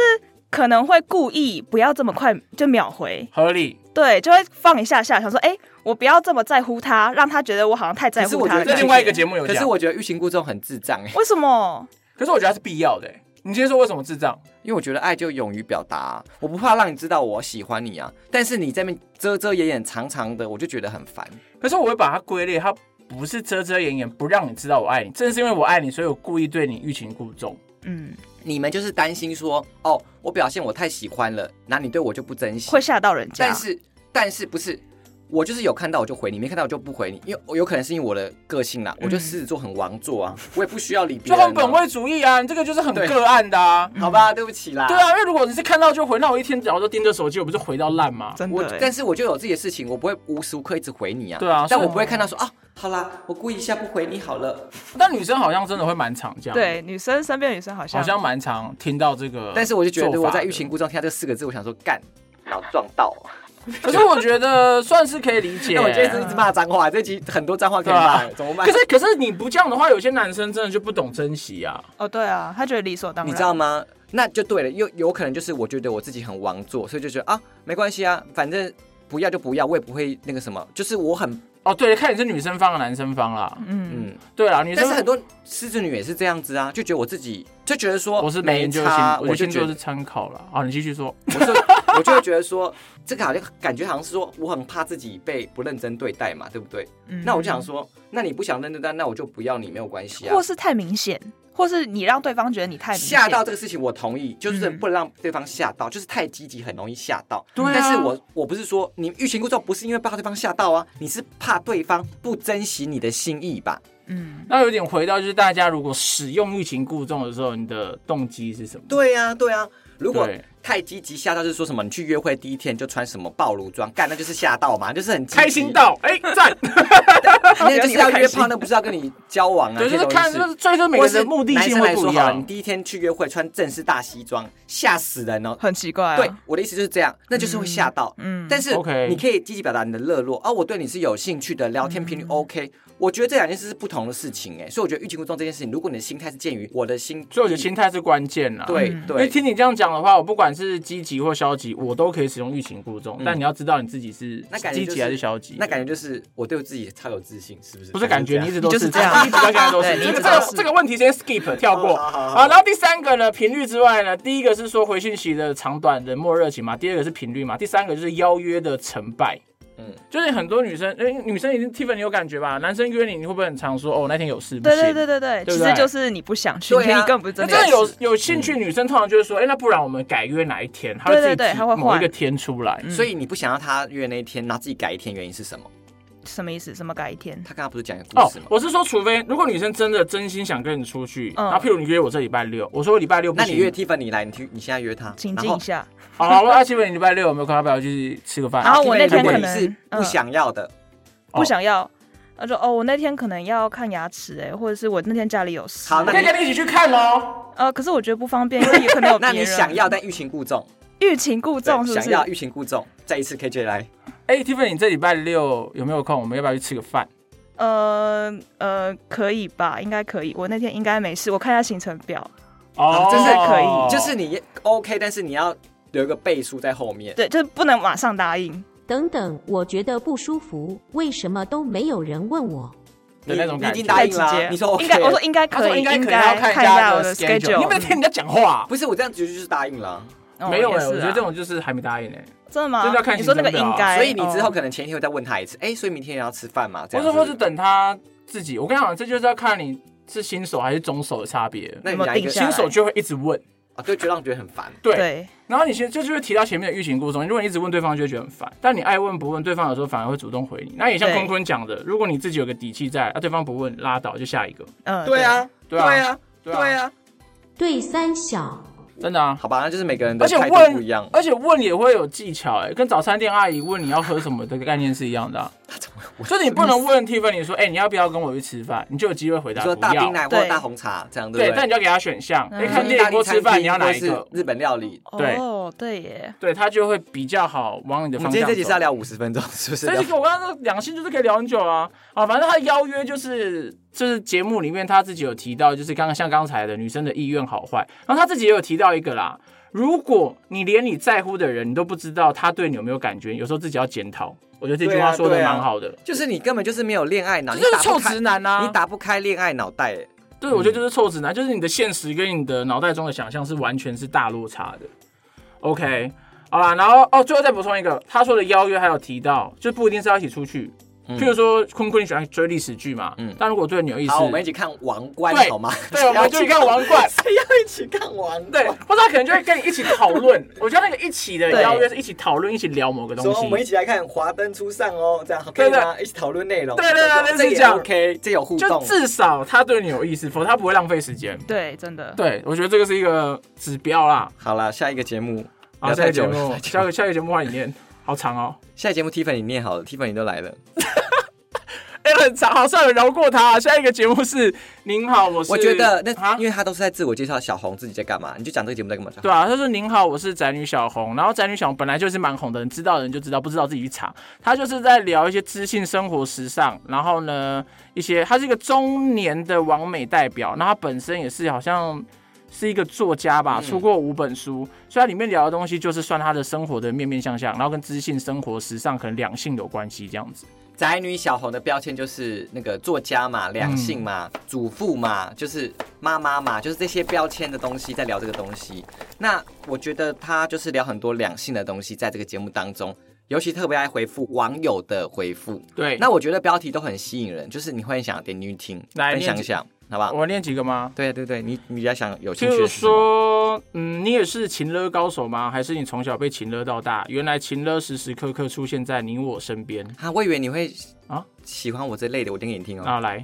[SPEAKER 3] 可能会故意不要这么快就秒回，
[SPEAKER 2] 合理。
[SPEAKER 3] 对，就会放一下下，想说，哎、我不要这么在乎他，让他觉得我好像太 [LAUGHS] 在
[SPEAKER 1] 可是
[SPEAKER 3] 乎
[SPEAKER 1] 我
[SPEAKER 3] 他
[SPEAKER 1] 觉
[SPEAKER 3] 了。
[SPEAKER 1] 得
[SPEAKER 2] 这另外一个节目有
[SPEAKER 1] 可
[SPEAKER 2] 讲
[SPEAKER 1] 是，我觉得欲擒故纵很智障哎、
[SPEAKER 3] 为什么？
[SPEAKER 2] 可是我觉得它是必要的欸。你先说为什么智障？
[SPEAKER 1] 因为我觉得爱就勇于表达啊、我不怕让你知道我喜欢你啊，但是你在那边遮遮掩掩、长长的，我就觉得很烦。
[SPEAKER 2] 可是我会把它归类，它不是遮遮掩掩，不让你知道我爱你，正是因为我爱你，所以我故意对你欲擒故纵。
[SPEAKER 3] 嗯，
[SPEAKER 1] 你们就是担心说，哦，我表现我太喜欢了，那你对我就不珍惜
[SPEAKER 3] 会。吓到人家。
[SPEAKER 1] 但是，但是不是？我就是有看到我就回你，没看到我就不回你，因为我有可能是因为我的个性啦，我
[SPEAKER 2] 嗯
[SPEAKER 1] 就狮子座很王座啊，我也不需要理别
[SPEAKER 2] 就
[SPEAKER 1] 人啊、
[SPEAKER 2] 很本位主义啊，你这个就是很
[SPEAKER 1] 对嗯
[SPEAKER 2] 个案的啊。
[SPEAKER 1] 好吧，对不起啦。
[SPEAKER 2] 对啊，因为如果你是看到就回，那我一天早上都盯着手机，我不是回到烂吗？
[SPEAKER 3] 真
[SPEAKER 1] 我
[SPEAKER 3] 的欸，
[SPEAKER 1] 但是我就有自己的事情，我不会无时无刻一直回你啊。
[SPEAKER 2] 对啊
[SPEAKER 1] 但
[SPEAKER 2] 所以
[SPEAKER 1] 我不会看到说啊，好啦，我故意一下不回你好了。
[SPEAKER 2] 但女生好像真的会蛮常这样，，
[SPEAKER 3] 对女生身边的女生好像
[SPEAKER 2] 好像蛮常听到这个。
[SPEAKER 1] 但是我就觉得我在欲擒，故纵听到这四个字，我想说干，然后撞到。啊
[SPEAKER 2] 可是我觉得算是可以理解。
[SPEAKER 1] [LAUGHS] 那我这一直一直骂脏话，这集很多脏话可以骂，
[SPEAKER 2] 对啊
[SPEAKER 1] 怎么办
[SPEAKER 2] 可？是可是你不这样的话，有些男生真的就不懂珍惜啊。
[SPEAKER 3] 哦，对啊，他觉得理所当然。
[SPEAKER 1] 你知道吗？那就对了，又有可能就是我觉得我自己很王座，所以就觉得啊，没关系啊，反正不要就不要，我也不会那个什么，就是我很
[SPEAKER 2] 哦，对，看你是女生方还是男生方啦。
[SPEAKER 3] 嗯，
[SPEAKER 1] 嗯，
[SPEAKER 2] 对啦，女
[SPEAKER 1] 但
[SPEAKER 2] 生
[SPEAKER 1] 是很多狮子女也是这样子啊，就觉得我自己就觉得说
[SPEAKER 2] 我是没
[SPEAKER 1] 没
[SPEAKER 2] 研究
[SPEAKER 1] 差，
[SPEAKER 2] 我
[SPEAKER 1] 就
[SPEAKER 2] 研
[SPEAKER 1] 觉
[SPEAKER 2] 究
[SPEAKER 1] 得
[SPEAKER 2] 是参考了啊。你继续说，
[SPEAKER 1] [LAUGHS] 我就我就会觉得说，这个好像感觉好像是说我很怕自己被不认真对待嘛，对不对？
[SPEAKER 3] 嗯
[SPEAKER 1] 那我就想，说，那你不想认真对待，那我就不要你，没有关系啊
[SPEAKER 3] 或。是太明显，或是你让对方觉得你太明显
[SPEAKER 1] 吓到这个事情，我同意，就是
[SPEAKER 3] 嗯
[SPEAKER 1] 不能让对方吓到，就是太积极很容易吓到。
[SPEAKER 2] 对啊
[SPEAKER 1] 但是我我不是说你欲擒故纵，不是因为怕对方吓到啊，你是怕对方不珍惜你的心意吧？
[SPEAKER 3] 嗯，
[SPEAKER 2] 那有点回到就是大家如果使用欲擒故纵的时候，你的动机是什么？
[SPEAKER 1] 对呀、对呀、啊如果
[SPEAKER 2] 对
[SPEAKER 1] 太积极吓到，就是说什么你去约会第一天就穿什么暴露装，干那就是吓到嘛，就是很积极
[SPEAKER 2] 开心，到哎
[SPEAKER 1] [LAUGHS]
[SPEAKER 2] 赞， [LAUGHS]
[SPEAKER 1] 那就是要约炮，那不是要跟你交往啊？
[SPEAKER 2] 对，就
[SPEAKER 1] 这
[SPEAKER 2] 是
[SPEAKER 1] 种意
[SPEAKER 2] 看
[SPEAKER 1] 思
[SPEAKER 2] 就是最终每个
[SPEAKER 1] 或
[SPEAKER 2] 人
[SPEAKER 1] 是
[SPEAKER 2] 的目的
[SPEAKER 1] 男
[SPEAKER 2] 性
[SPEAKER 1] 生来
[SPEAKER 2] 会不
[SPEAKER 1] 说
[SPEAKER 2] 一
[SPEAKER 1] 好了，你
[SPEAKER 2] 样。
[SPEAKER 1] 第一天去约会穿正式大西装，吓死人哦。
[SPEAKER 3] 很奇怪、啊。
[SPEAKER 1] 对，，我的意思就是这样，那就是会吓到。
[SPEAKER 3] 嗯，
[SPEAKER 1] 但是
[SPEAKER 2] OK
[SPEAKER 1] 你可以积极表达你的热络啊、我对你是有兴趣的，聊天
[SPEAKER 3] 嗯
[SPEAKER 1] 频率 OK、我觉得这两件事是不同的事情哎、所以我觉得欲擒故纵这件事情，如果你的心态是鉴于我的心，
[SPEAKER 2] 所以我觉得心态是关键啦。
[SPEAKER 1] 对
[SPEAKER 3] 嗯
[SPEAKER 2] 因为
[SPEAKER 1] 对，
[SPEAKER 2] 听你这样讲的话，我不管是积极或消极，我都可以使用欲擒故纵。
[SPEAKER 1] 嗯
[SPEAKER 2] 但你要知道你自己是
[SPEAKER 1] 那感觉
[SPEAKER 2] 积
[SPEAKER 1] 就是
[SPEAKER 2] 极还是消极，
[SPEAKER 1] 那感觉就是我对我自己超有自信，是不是？啊
[SPEAKER 2] 不是感 [LAUGHS] 觉，你一直都
[SPEAKER 3] 你就是是这样
[SPEAKER 2] 一直到现在都是。
[SPEAKER 3] 对你
[SPEAKER 2] 这
[SPEAKER 3] 一
[SPEAKER 2] 个
[SPEAKER 3] 直
[SPEAKER 2] 这
[SPEAKER 3] 都
[SPEAKER 2] 个
[SPEAKER 3] 是
[SPEAKER 1] 嗯
[SPEAKER 2] 这个问题先 skip 跳过
[SPEAKER 1] 好好好
[SPEAKER 2] 啊。然后第三个呢，频率之外呢，第一个是说回讯息的长短、冷漠、热情嘛；第二个是频率嘛；第三个就是邀约的成败。嗯
[SPEAKER 1] 嗯，
[SPEAKER 2] 就是很多女生，哎，女生已经 Tiffany 有感觉吧？男生约你，你会不会很常说哦，那天有事不
[SPEAKER 3] 对
[SPEAKER 2] 行？
[SPEAKER 3] 对对对对，
[SPEAKER 2] 对
[SPEAKER 3] 其
[SPEAKER 2] 不对
[SPEAKER 3] 实就是你不想去，
[SPEAKER 1] 对啊
[SPEAKER 3] 你根本不是
[SPEAKER 2] 那
[SPEAKER 3] 真的
[SPEAKER 2] 真的有
[SPEAKER 3] 有事
[SPEAKER 2] 有兴趣的女生，通常就是说，哎、那不然我们改约哪一天？她会
[SPEAKER 3] 对
[SPEAKER 2] 自己
[SPEAKER 3] 对对
[SPEAKER 2] 提
[SPEAKER 3] 她会
[SPEAKER 2] 某一个
[SPEAKER 3] 换嗯
[SPEAKER 2] 天出来。
[SPEAKER 1] 所以你不想要他约那一天，然后自己改一天，原因是什么？
[SPEAKER 3] 什么意思？什么改一天？
[SPEAKER 1] 他刚刚不是讲一个
[SPEAKER 2] 哦
[SPEAKER 1] 故事吗，？
[SPEAKER 2] 我是说，除非如果女生真的真心想跟你出去，
[SPEAKER 3] 嗯
[SPEAKER 2] 然后譬如你约我这礼拜六，我说我礼拜六不
[SPEAKER 1] 那
[SPEAKER 2] 行，
[SPEAKER 1] 你约 Tiffany 来，你去，你现在约他，
[SPEAKER 3] 请
[SPEAKER 1] 然
[SPEAKER 3] 进
[SPEAKER 1] 后
[SPEAKER 3] 一下。
[SPEAKER 2] 好了，我阿基本你礼拜六有没有空？要不要去吃个饭？
[SPEAKER 3] 然后我那
[SPEAKER 1] 如
[SPEAKER 3] 天
[SPEAKER 1] 果
[SPEAKER 3] 可
[SPEAKER 1] 你是
[SPEAKER 3] 能嗯
[SPEAKER 1] 不想要的，
[SPEAKER 2] 哦
[SPEAKER 3] 不想要，他说哦，我那天可能要看牙齿哎、或者是我那天家里有事。
[SPEAKER 1] 好那
[SPEAKER 2] 可以跟你一起去看哦。
[SPEAKER 3] 呃，可是我觉得不方便，因为也可能有
[SPEAKER 1] [LAUGHS]
[SPEAKER 3] 别
[SPEAKER 1] 那
[SPEAKER 3] 人。
[SPEAKER 1] 你想要但欲擒故纵，
[SPEAKER 3] 欲擒故
[SPEAKER 1] 对
[SPEAKER 3] 纵是不
[SPEAKER 1] 想
[SPEAKER 3] 是？
[SPEAKER 1] 要欲擒故纵，再一次 KJ 来，
[SPEAKER 2] 哎、t i f f a n y 你这礼拜六有没有空？我们要不要去吃个饭？
[SPEAKER 3] 呃呃，可以吧？应该可以。我那天应该没事，我看一下行程表。
[SPEAKER 2] 哦
[SPEAKER 1] 这是
[SPEAKER 3] 啊可以
[SPEAKER 1] 就是你 OK，但是你要留一个倍数在后面。
[SPEAKER 3] 对，就是不能马上答应。
[SPEAKER 6] 等等，我觉得不舒服，为什么都没有人问我？
[SPEAKER 2] 的
[SPEAKER 1] 你
[SPEAKER 2] 那种
[SPEAKER 1] 你
[SPEAKER 2] 感
[SPEAKER 1] 已经
[SPEAKER 2] 觉
[SPEAKER 1] 答
[SPEAKER 3] 太
[SPEAKER 1] 应
[SPEAKER 3] 直
[SPEAKER 1] 了啊，
[SPEAKER 3] 接，
[SPEAKER 1] 你说 OK，
[SPEAKER 3] 应该，我说应该
[SPEAKER 2] 他
[SPEAKER 3] 可
[SPEAKER 2] 说
[SPEAKER 3] 以，
[SPEAKER 2] 应该
[SPEAKER 3] 应
[SPEAKER 2] 可能要看
[SPEAKER 3] 看
[SPEAKER 2] 一下
[SPEAKER 3] 我
[SPEAKER 2] 的 schedule。
[SPEAKER 3] schedule。
[SPEAKER 2] 你有没有听人家讲话？
[SPEAKER 1] 不是我这样直接就是答应了啊，
[SPEAKER 3] 哦
[SPEAKER 2] 没有
[SPEAKER 3] 也
[SPEAKER 2] 哎、
[SPEAKER 3] 是啊
[SPEAKER 2] 我觉得这种就是还没答应哎、
[SPEAKER 3] 真的吗？
[SPEAKER 2] 这就要看
[SPEAKER 3] 你说那个
[SPEAKER 2] 行程表啊
[SPEAKER 3] 应该，
[SPEAKER 1] 所以你之后
[SPEAKER 3] 哦
[SPEAKER 1] 可能前一天会再问他一次，哎，所以明天也要吃饭嘛？这
[SPEAKER 2] 或
[SPEAKER 1] 样子
[SPEAKER 2] 是或是等他自己。我跟你讲，这就是要看你是新手还是中手的差别。
[SPEAKER 1] 那你
[SPEAKER 3] 有没有
[SPEAKER 1] 哪一个
[SPEAKER 3] 定下
[SPEAKER 2] 新
[SPEAKER 3] 来
[SPEAKER 2] 手就会一直问，
[SPEAKER 1] 啊，对，就让觉得很烦。
[SPEAKER 2] 对。
[SPEAKER 3] 对，
[SPEAKER 2] 然后你先这就会提到前面的欲擒故纵，如果你一直问对方，就会觉得很嗯烦。但你爱问不问，对方有时候反而会主动回你。那也像
[SPEAKER 3] 对
[SPEAKER 2] 坤坤讲的，如果你自己有个底气在，啊，对方不问，拉倒，就下一个。
[SPEAKER 3] 嗯，
[SPEAKER 1] 对啊，
[SPEAKER 2] 对啊
[SPEAKER 1] 啊，
[SPEAKER 2] 对啊
[SPEAKER 1] 对啊，
[SPEAKER 6] 对三小，
[SPEAKER 2] 真的啊。
[SPEAKER 1] 好吧，那就是每个人的
[SPEAKER 2] 而且
[SPEAKER 1] 态
[SPEAKER 2] 问
[SPEAKER 1] 度不一样，
[SPEAKER 2] 而且问也会有技巧哎、跟早餐店阿姨问你要喝什么的概念是一样的啊、所以你不能问 Tiffany 说，哎、你要不要跟我去吃饭？你就有机会回答
[SPEAKER 1] [LAUGHS] 你
[SPEAKER 2] 不
[SPEAKER 1] 说
[SPEAKER 2] 要。
[SPEAKER 1] 大冰奶或
[SPEAKER 3] 对
[SPEAKER 1] 大红茶这样，对
[SPEAKER 2] 对，
[SPEAKER 1] 不
[SPEAKER 2] 但
[SPEAKER 1] 对？
[SPEAKER 2] 你就要给他选项，哎、
[SPEAKER 3] 嗯
[SPEAKER 2] 看电影或吃饭，你要哪一
[SPEAKER 1] 是
[SPEAKER 2] 个？
[SPEAKER 1] 日本料理？
[SPEAKER 2] 对
[SPEAKER 3] 哦，对耶，
[SPEAKER 2] 对他就会比较好往你的
[SPEAKER 1] 我
[SPEAKER 2] 方
[SPEAKER 1] 们
[SPEAKER 2] 向
[SPEAKER 1] 今天
[SPEAKER 2] 走。
[SPEAKER 1] 这集是要聊五十分钟，是不是？
[SPEAKER 2] 但是我刚刚两性就是可以聊很久啊啊，反正他邀约就是就是节目里面他自己有提到，就是刚刚像刚才的女生的意愿好坏，然后他自己也有提到一个啦。如果你连你在乎的人你都不知道他对你有没有感觉，有时候自己要检讨。我觉得这句话说的
[SPEAKER 1] 对啊对啊
[SPEAKER 2] 蛮好的，
[SPEAKER 1] 就是你根本就是没有恋爱脑，
[SPEAKER 2] 这
[SPEAKER 1] 你
[SPEAKER 2] 就是
[SPEAKER 1] 打不
[SPEAKER 2] 臭
[SPEAKER 1] 开
[SPEAKER 2] 直，男啊！
[SPEAKER 1] 你打不开恋爱脑袋。哎
[SPEAKER 2] 对，我觉得就是臭直男，就是你的现实跟你的脑袋中的想象是完全是大落差的。OK，好啦，然后哦，最后再补充一个，他说的邀约还有提到，就不一定是要一起出去，
[SPEAKER 1] 嗯
[SPEAKER 2] 譬如说坤坤你喜欢追历史剧嘛，
[SPEAKER 1] 嗯
[SPEAKER 2] 但如果对你有意思
[SPEAKER 1] 好，，我们一起看《王冠
[SPEAKER 2] 对》
[SPEAKER 1] 好吗？，
[SPEAKER 2] 对，我们就去看王冠
[SPEAKER 1] 谁要一起看《王
[SPEAKER 2] 对，
[SPEAKER 1] 冠》？
[SPEAKER 2] 或者他可能就会跟你一起讨论。我觉得那个一起的
[SPEAKER 3] 对
[SPEAKER 2] 邀约是一起讨论，一起聊某个东
[SPEAKER 1] 说
[SPEAKER 2] 西
[SPEAKER 1] 我。们一起来看《华灯初上》哦，这样可以吗？一起讨论内容。
[SPEAKER 2] 对对对
[SPEAKER 1] 这
[SPEAKER 2] 类似
[SPEAKER 1] 也
[SPEAKER 2] 这样
[SPEAKER 1] OK，这有互
[SPEAKER 2] 就
[SPEAKER 1] 动。
[SPEAKER 2] 至少他对你有意思，否则他不会浪费时间。
[SPEAKER 3] 对，真的，
[SPEAKER 2] 对，我觉得这个是一个指标啦。
[SPEAKER 1] 好了，下一个节目，
[SPEAKER 2] 好，
[SPEAKER 1] 聊
[SPEAKER 2] 下
[SPEAKER 1] 太
[SPEAKER 2] 一个节
[SPEAKER 1] 久了
[SPEAKER 2] 目，
[SPEAKER 1] 太久
[SPEAKER 2] 下
[SPEAKER 1] 了
[SPEAKER 2] 一个下一个节目换你念，好长哦。
[SPEAKER 1] 下一个节目 Tiffany 你念好了，Tiffany 都来了。
[SPEAKER 2] 哎、很长，好，算了，饶过他。啊下一个节目是您好，我是
[SPEAKER 1] 我觉得那
[SPEAKER 2] 啊
[SPEAKER 1] 因，为他都是在自我介绍小红自己在干嘛，你就讲这个节目在干嘛就好。
[SPEAKER 2] 对啊，他说您好，我是宅女小红。然后宅女小红本来就是蛮红的，人知道的人就知道，不知道自己去查。他就是在聊一些知性生活、时尚，然后呢，一些他是一个中年的完美代表，那他本身也是好像。是一个作家吧，
[SPEAKER 1] 嗯
[SPEAKER 2] 出过五本书，所以它里面聊的东西就是算他的生活的面面相向，然后跟知性、生活、时尚可能两性有关系这样子。
[SPEAKER 1] 宅女小红的标签就是那个作家嘛、
[SPEAKER 2] 嗯
[SPEAKER 1] 两性嘛、主妇嘛，就是妈妈嘛，就是这些标签的东西在聊这个东西。那我觉得她就是聊很多两性的东西，在这个节目当中，尤其特别爱回复网友的回复。
[SPEAKER 2] 对，
[SPEAKER 1] 那我觉得标题都很吸引人，就是你会很想点进去听，
[SPEAKER 2] 来
[SPEAKER 1] 分享一
[SPEAKER 2] 念
[SPEAKER 1] 下，好不好？
[SPEAKER 2] 我念几个吗？
[SPEAKER 1] 对对对，你你比较想有兴趣
[SPEAKER 2] 就是
[SPEAKER 1] 的是什么？
[SPEAKER 2] 说，嗯，你也是情勒高手吗？还是你从小被情勒到大？原来情勒时时刻刻出现在你我身边
[SPEAKER 1] 啊，我以为你会
[SPEAKER 2] 啊
[SPEAKER 1] 啊喜欢我这类的，我念给你听哦。
[SPEAKER 2] 啊！来，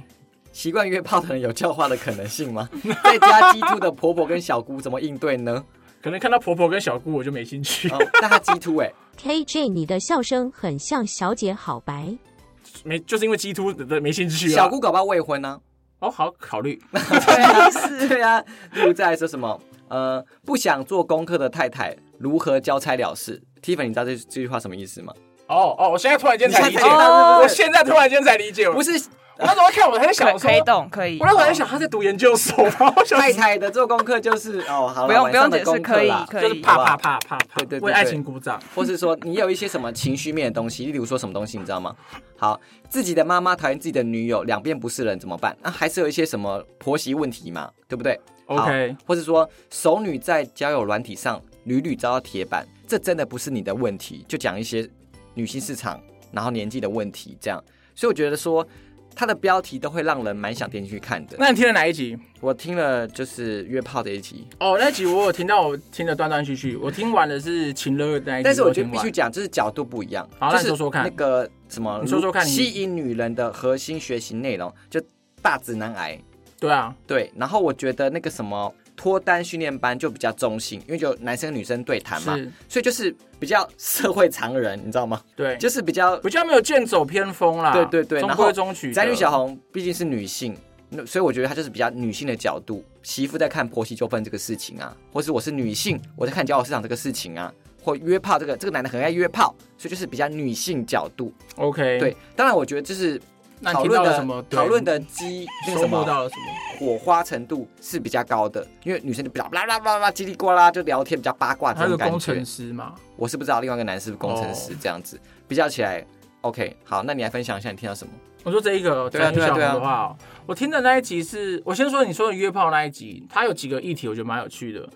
[SPEAKER 1] 习惯约炮的人有教化的可能性吗？ [LAUGHS] 在家鸡突的婆婆跟小姑怎么应对呢？
[SPEAKER 2] 可能看到婆婆跟小姑我就没兴趣，
[SPEAKER 1] 哦，那她鸡突哎，
[SPEAKER 6] KJ，你的笑声很像小姐好白。
[SPEAKER 2] [LAUGHS] 没就是因为鸡突的没兴趣啊。
[SPEAKER 1] 小姑搞不好未婚呢、
[SPEAKER 2] 哦，好考虑，
[SPEAKER 1] 对啊， [LAUGHS] 对啊。例如再来说什么？呃，不想做功课的太太如何交差了事？Tiffany，你知道这这句话什么意思吗？
[SPEAKER 2] 哦哦，我现在突然间才理解，哦
[SPEAKER 1] 你现在才知道对不对
[SPEAKER 2] 我现在突然间才理
[SPEAKER 1] [LAUGHS]
[SPEAKER 2] 解，
[SPEAKER 1] 不
[SPEAKER 2] 我
[SPEAKER 1] 是
[SPEAKER 2] 我那时候看我还在想
[SPEAKER 3] 可
[SPEAKER 2] 说
[SPEAKER 3] 可以，懂，可以
[SPEAKER 2] 我，那时候还在想他在读研究所吗？我想
[SPEAKER 1] 太太的做功课就是哦，好了，
[SPEAKER 3] 不用
[SPEAKER 1] 晚上的
[SPEAKER 3] 不用解释
[SPEAKER 1] 功课啦
[SPEAKER 3] 可以
[SPEAKER 2] 就是怕
[SPEAKER 1] 好不
[SPEAKER 2] 怕
[SPEAKER 1] 好
[SPEAKER 2] 怕怕怕
[SPEAKER 1] 对对，对
[SPEAKER 2] 为爱
[SPEAKER 1] 对
[SPEAKER 2] 情鼓掌。
[SPEAKER 1] 或是说你有一些什么情绪面的东西，例如说什么东西，你知道吗？好，自己的妈妈讨厌自己的女友，两边不是人怎么办？那、还是有一些什么婆媳问题嘛，对不对
[SPEAKER 2] OK
[SPEAKER 1] 好或是说熟女在交友软体上屡屡遭到铁板，这真的不是你的问题。就讲一些女性市场，然后年纪的问题这样。所以我觉得说它的标题都会让人蛮想点进去看的。
[SPEAKER 2] 那你听了哪一集？
[SPEAKER 1] 我听了就是约炮这一集，
[SPEAKER 2] 哦，那集我有听到，我听得断断续续。我听完的是情勒的那一集，
[SPEAKER 1] 但是我觉得
[SPEAKER 2] 哎听
[SPEAKER 1] 必
[SPEAKER 2] 完
[SPEAKER 1] 须讲，就是角度不一样。
[SPEAKER 2] 好那
[SPEAKER 1] 就
[SPEAKER 2] 你
[SPEAKER 1] 是
[SPEAKER 2] 说说看
[SPEAKER 1] 那个什么，
[SPEAKER 2] 你嗯说说看你
[SPEAKER 1] 吸引女人的核心学习内容就大直男癌。
[SPEAKER 2] 对啊，
[SPEAKER 1] 对，然后我觉得那个什么脱单训练班就比较中性，因为就男生女生对谈嘛，
[SPEAKER 2] 是，
[SPEAKER 1] 所以就是比较社会常人，你知道吗？
[SPEAKER 2] 对，
[SPEAKER 1] 就
[SPEAKER 2] 就
[SPEAKER 1] 是比较
[SPEAKER 2] 比较没有剑走偏锋啦。
[SPEAKER 1] 对对对
[SPEAKER 2] 中
[SPEAKER 1] 然后
[SPEAKER 2] 规中矩的。
[SPEAKER 1] 宅女小红毕竟是女性。那所以我觉得她就是比较女性的角度，媳妇在看婆媳纠纷这个事情啊，或是我是女性，我在看交友市场这个事情啊，或约炮这个这个男的很爱约炮，所以就是比较女性角度。
[SPEAKER 2] ，OK，
[SPEAKER 1] 对，，当然我觉得就是
[SPEAKER 2] 那你
[SPEAKER 1] 讨
[SPEAKER 2] 听到
[SPEAKER 1] 论
[SPEAKER 2] 了
[SPEAKER 1] 的
[SPEAKER 2] 什么？对
[SPEAKER 1] 讨论的激那个
[SPEAKER 2] 收
[SPEAKER 1] 什
[SPEAKER 2] 获
[SPEAKER 1] 么
[SPEAKER 2] 到了什么？
[SPEAKER 1] 火花程度是比较高的，因为女生就比较啦啦啦啦叽里呱啦就聊天比较八卦
[SPEAKER 2] 他
[SPEAKER 1] 这
[SPEAKER 2] 是
[SPEAKER 1] 种
[SPEAKER 2] 工
[SPEAKER 1] 感
[SPEAKER 2] 程
[SPEAKER 1] 觉。
[SPEAKER 2] 师嘛？
[SPEAKER 1] 我是不知道另外一个男是不是工程师
[SPEAKER 2] 哦
[SPEAKER 1] 这样子，比较起来，OK，好，那你来分享一下你听到什么？
[SPEAKER 2] 我说这一个
[SPEAKER 1] 对啊
[SPEAKER 2] 宅女小红
[SPEAKER 1] 对啊对啊
[SPEAKER 2] 的话哦，我听的那一集是，我先说你说的约炮那一集，它有几个议题，我觉得蛮有趣的。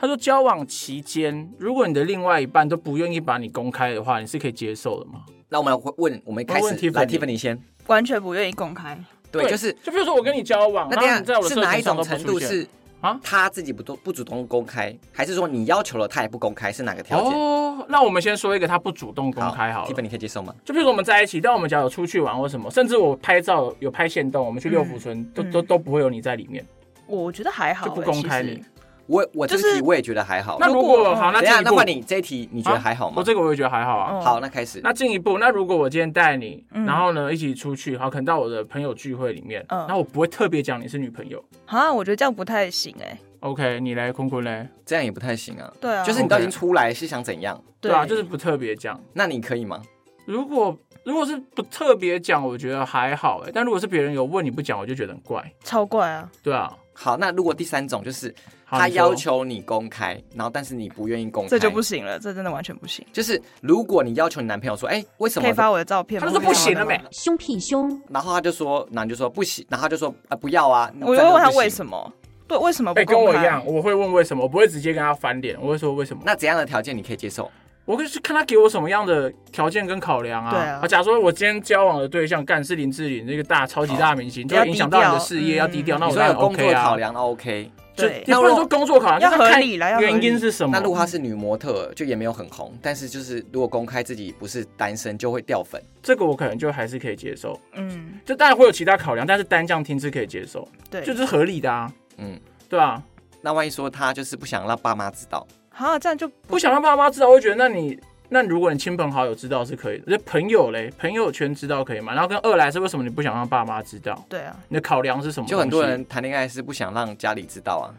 [SPEAKER 2] 他说，交往期间，如果你的另外一半都不愿意把你公开的话，你是可以接受的吗？
[SPEAKER 1] 那我们来问，我们开
[SPEAKER 2] 我问
[SPEAKER 1] 始来
[SPEAKER 2] Tiffany
[SPEAKER 1] ，Tiffany 先，
[SPEAKER 3] 完全不愿意公开，
[SPEAKER 1] 对，就是
[SPEAKER 2] 就比如说我跟你交往，
[SPEAKER 1] 那
[SPEAKER 2] 然后你在
[SPEAKER 1] 等
[SPEAKER 2] 我
[SPEAKER 1] 一下是
[SPEAKER 2] 的社群
[SPEAKER 1] 哪一
[SPEAKER 2] 上都
[SPEAKER 1] 种
[SPEAKER 2] 不
[SPEAKER 1] 程
[SPEAKER 2] 出
[SPEAKER 1] 度
[SPEAKER 2] 现
[SPEAKER 1] 是
[SPEAKER 2] 啊
[SPEAKER 1] 他自己不都不主动公开，还是说你要求了他也不公开，是哪个条件？
[SPEAKER 2] 哦，那我们先说一个他不主动公开好了。
[SPEAKER 1] ，Tiffany 可以接受吗？
[SPEAKER 2] 就比如说我们在一起，但我们只要有出去玩或什么，甚至我拍照有拍线动，我们去六福村，都都
[SPEAKER 3] 嗯
[SPEAKER 2] 都不会有你在里面，
[SPEAKER 3] 我觉得还好、
[SPEAKER 2] 就
[SPEAKER 3] 欸，
[SPEAKER 2] 不公开
[SPEAKER 3] 其实
[SPEAKER 2] 你。
[SPEAKER 1] 我我这
[SPEAKER 3] 就
[SPEAKER 1] 个
[SPEAKER 3] 是
[SPEAKER 1] 题我也觉得还好。
[SPEAKER 2] 那如
[SPEAKER 3] 如
[SPEAKER 2] 果
[SPEAKER 3] 果
[SPEAKER 2] 好，那
[SPEAKER 1] 哦等一下，
[SPEAKER 2] 进一
[SPEAKER 1] 那
[SPEAKER 2] 步，
[SPEAKER 1] 换你这一题，你觉得还好
[SPEAKER 2] 啊我
[SPEAKER 1] 吗？
[SPEAKER 2] 这个我也觉得还好啊。
[SPEAKER 3] 哦
[SPEAKER 1] 好，那开始。
[SPEAKER 2] 那进一步，那如果我今天带你，
[SPEAKER 3] 嗯
[SPEAKER 2] 然后呢一起出去，好，可能到我的朋友聚会里面，
[SPEAKER 3] 嗯
[SPEAKER 2] 那我不会特别讲你是女朋友。
[SPEAKER 3] 啊，我觉得这样不太行哎、
[SPEAKER 2] OK，你来坤坤嘞，
[SPEAKER 1] 这样也不太行啊。
[SPEAKER 3] 对啊，
[SPEAKER 1] 就是你
[SPEAKER 2] OK
[SPEAKER 1] 都已经出来是想怎样？
[SPEAKER 2] 对啊，就是不特别讲。
[SPEAKER 1] 那你可以吗？
[SPEAKER 2] 如果如果是不特别讲，我觉得还好哎，但如果是别人有问你不讲，我就觉得很怪。
[SPEAKER 3] 超怪啊，
[SPEAKER 2] 对啊，
[SPEAKER 1] 好，那如果第三种就是
[SPEAKER 2] 好
[SPEAKER 1] 他
[SPEAKER 2] 你说
[SPEAKER 1] 要求你公开，然后但是你不愿意公开，
[SPEAKER 3] 这就不行了，这真的完全不行。
[SPEAKER 1] 就是如果你要求你男朋友说，哎、为什
[SPEAKER 3] 可以
[SPEAKER 1] 么？
[SPEAKER 3] 发我的照片
[SPEAKER 2] 他
[SPEAKER 3] 吗？
[SPEAKER 2] 就说不行了没
[SPEAKER 3] 没？？
[SPEAKER 6] 凶屁凶，
[SPEAKER 1] 然后他就说，然后你就说不行，然后他就说啊不要啊，
[SPEAKER 3] 我
[SPEAKER 1] 真的
[SPEAKER 3] 就问他
[SPEAKER 1] 不行
[SPEAKER 3] 为什么？对，为什么不
[SPEAKER 2] 哎、
[SPEAKER 3] 公开？
[SPEAKER 2] 跟我一样，我会问为什么，我不会直接跟他翻脸，我会说为什么。
[SPEAKER 1] 那怎样的条件你可以接受？
[SPEAKER 2] 我可以去看他给我什么样的条件跟考量啊。
[SPEAKER 3] 对啊
[SPEAKER 2] 假如说我今天交往的对象干是林志玲那个大超级大明星，就
[SPEAKER 3] 要
[SPEAKER 2] 会影响到你的
[SPEAKER 3] 哦低调
[SPEAKER 2] 事业，要低调，
[SPEAKER 3] 嗯
[SPEAKER 2] 那
[SPEAKER 1] 你
[SPEAKER 2] 我
[SPEAKER 1] 说
[SPEAKER 2] 当
[SPEAKER 1] 有
[SPEAKER 2] 然
[SPEAKER 1] 工作
[SPEAKER 2] OK
[SPEAKER 1] 考
[SPEAKER 2] 啊。
[SPEAKER 1] 量那 OK，
[SPEAKER 2] 就
[SPEAKER 3] 对
[SPEAKER 2] 也不能说工作考量，
[SPEAKER 3] 要
[SPEAKER 2] 就是看
[SPEAKER 3] 合理啦要合理
[SPEAKER 2] 原因是什么？
[SPEAKER 1] 那如果他是女模特，就也没有很红，但是就是如果公开自己不是单身，就会掉粉。
[SPEAKER 2] 这个我可能就还是可以接受，
[SPEAKER 3] 嗯，
[SPEAKER 2] 就当然会有其他考量，但是单这样听是可以接受，
[SPEAKER 3] 对，
[SPEAKER 2] 就是合理的啊，
[SPEAKER 1] 嗯，
[SPEAKER 2] 对啊。
[SPEAKER 1] 那万一说他就是不想让爸妈知道，
[SPEAKER 3] 啊，这样就
[SPEAKER 2] 不想让爸妈知道，我会觉得那你那如果你亲朋好友知道是可以的，那朋友嘞，朋友圈知道可以吗？然后跟二来是为什么你不想让爸妈知道？
[SPEAKER 3] 对啊，
[SPEAKER 2] 你的考量是什么？
[SPEAKER 1] 就很多，人谈恋爱是不想让家里知道啊。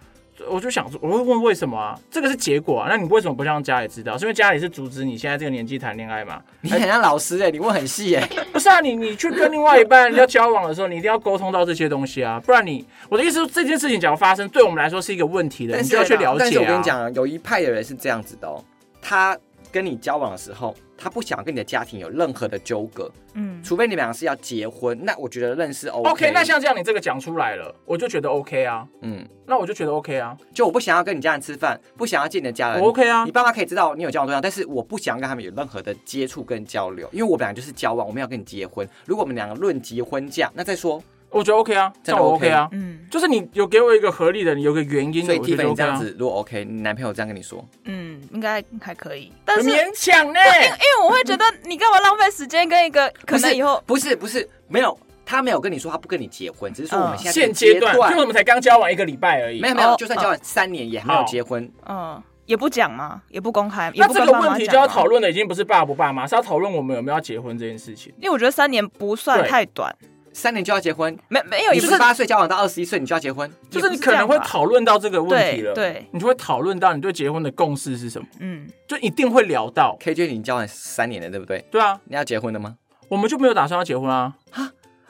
[SPEAKER 2] 我就想说，我会问为什么啊？这个是结果啊，那你为什么不让家里知道？是因为家里是阻止你现在这个年纪谈恋爱吗？
[SPEAKER 1] 你很像老师哎、你问很细哎、
[SPEAKER 2] 不是啊，你你去跟另外一半要交往的时候，你一定要沟通到这些东西啊，不然你我的意思是，这件事情假如发生，对我们来说是一个问题的，
[SPEAKER 1] 但
[SPEAKER 2] 你
[SPEAKER 1] 是
[SPEAKER 2] 就要去了解、啊。
[SPEAKER 1] 但是我跟你，讲，有一派的人是这样子的哦，他跟你交往的时候，他不想跟你的家庭有任何的纠葛，
[SPEAKER 3] 嗯，
[SPEAKER 1] 除非你们俩是要结婚。那我觉得认识 OK，,
[SPEAKER 2] OK，那像这样你这个讲出来了，我就觉得 OK 啊，
[SPEAKER 1] 嗯，
[SPEAKER 2] 那我就觉得 OK 啊，
[SPEAKER 1] 就我不想要跟你家人吃饭，不想要见你的家人。
[SPEAKER 2] 我 OK 啊
[SPEAKER 1] 哎你。爸妈可以知道你有交往对象，但是我不想跟他们有任何的接触跟交流，因为我本来就是交往，我们要跟你结婚。如果我们两个论结婚价，那再说。
[SPEAKER 2] 我觉得 OK 啊，这
[SPEAKER 1] 真的
[SPEAKER 2] 样我 OK 啊，
[SPEAKER 3] 嗯
[SPEAKER 2] 就是你有给我一个合理的，你有个原因
[SPEAKER 1] 所
[SPEAKER 2] 的，
[SPEAKER 1] 以
[SPEAKER 2] 我
[SPEAKER 1] t
[SPEAKER 2] 觉
[SPEAKER 1] i
[SPEAKER 2] 得
[SPEAKER 1] 你
[SPEAKER 2] OK
[SPEAKER 1] 这样
[SPEAKER 2] 啊，
[SPEAKER 1] 子，如果 OK，你男朋友这样跟你说，
[SPEAKER 3] 嗯，应该还可以，但
[SPEAKER 2] 很欸
[SPEAKER 3] 是因
[SPEAKER 2] 勉强呢。
[SPEAKER 3] 为我会觉得你干嘛浪费时间跟
[SPEAKER 2] [LAUGHS]
[SPEAKER 3] 一个可
[SPEAKER 1] 不
[SPEAKER 3] 能
[SPEAKER 1] 是
[SPEAKER 3] 以后
[SPEAKER 1] 不是不是没有，他没有跟你说他不跟你结婚，只是说我们
[SPEAKER 3] 嗯
[SPEAKER 1] 现在这
[SPEAKER 2] 啊现
[SPEAKER 1] 个
[SPEAKER 2] 阶段，
[SPEAKER 1] 段
[SPEAKER 2] 就是我们才刚交往一个礼拜而已。
[SPEAKER 1] 没有没有，
[SPEAKER 3] 哦
[SPEAKER 1] 就算交往三年也还没
[SPEAKER 2] 哦
[SPEAKER 1] 有结婚，
[SPEAKER 3] 嗯也不讲嘛，也不公开，也
[SPEAKER 2] 那
[SPEAKER 3] 不
[SPEAKER 2] 这
[SPEAKER 3] 跟
[SPEAKER 2] 个
[SPEAKER 3] 爸妈
[SPEAKER 2] 问题
[SPEAKER 3] 讲
[SPEAKER 2] 就
[SPEAKER 1] 啊
[SPEAKER 2] 要
[SPEAKER 3] 嘛
[SPEAKER 2] 讨论的，已经不是爸不爸妈，是要讨论我们有没有要结婚这件事情。
[SPEAKER 3] 因为我觉得三年不算
[SPEAKER 2] 对
[SPEAKER 3] 太短，
[SPEAKER 1] 三年就要结婚。
[SPEAKER 3] 没没有，
[SPEAKER 1] 你
[SPEAKER 3] 也
[SPEAKER 1] 不
[SPEAKER 3] 不
[SPEAKER 1] 是八岁交往到二十一岁，你就要结婚？
[SPEAKER 2] 就是
[SPEAKER 3] 也不
[SPEAKER 2] 你
[SPEAKER 3] 是
[SPEAKER 2] 可
[SPEAKER 3] 这
[SPEAKER 2] 能
[SPEAKER 3] 样
[SPEAKER 2] 会
[SPEAKER 3] 吧
[SPEAKER 2] 讨论到这个问题了，
[SPEAKER 3] 对对
[SPEAKER 2] 你就会讨论到你对结婚的共识是什么，
[SPEAKER 3] 嗯，
[SPEAKER 2] 就一定会聊到。
[SPEAKER 1] KJ，你交往三年了，对不对？
[SPEAKER 2] 对啊，
[SPEAKER 1] 你要结婚了吗？
[SPEAKER 2] 我们就没有打算要结婚啊。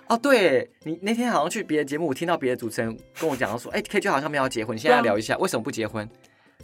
[SPEAKER 1] 哦，对你那天好像去别的节目，我听到别的主持人跟我讲说，哎，KJ 好像没有要结婚，你现在要
[SPEAKER 2] 对啊
[SPEAKER 1] 聊一下为什么不结婚？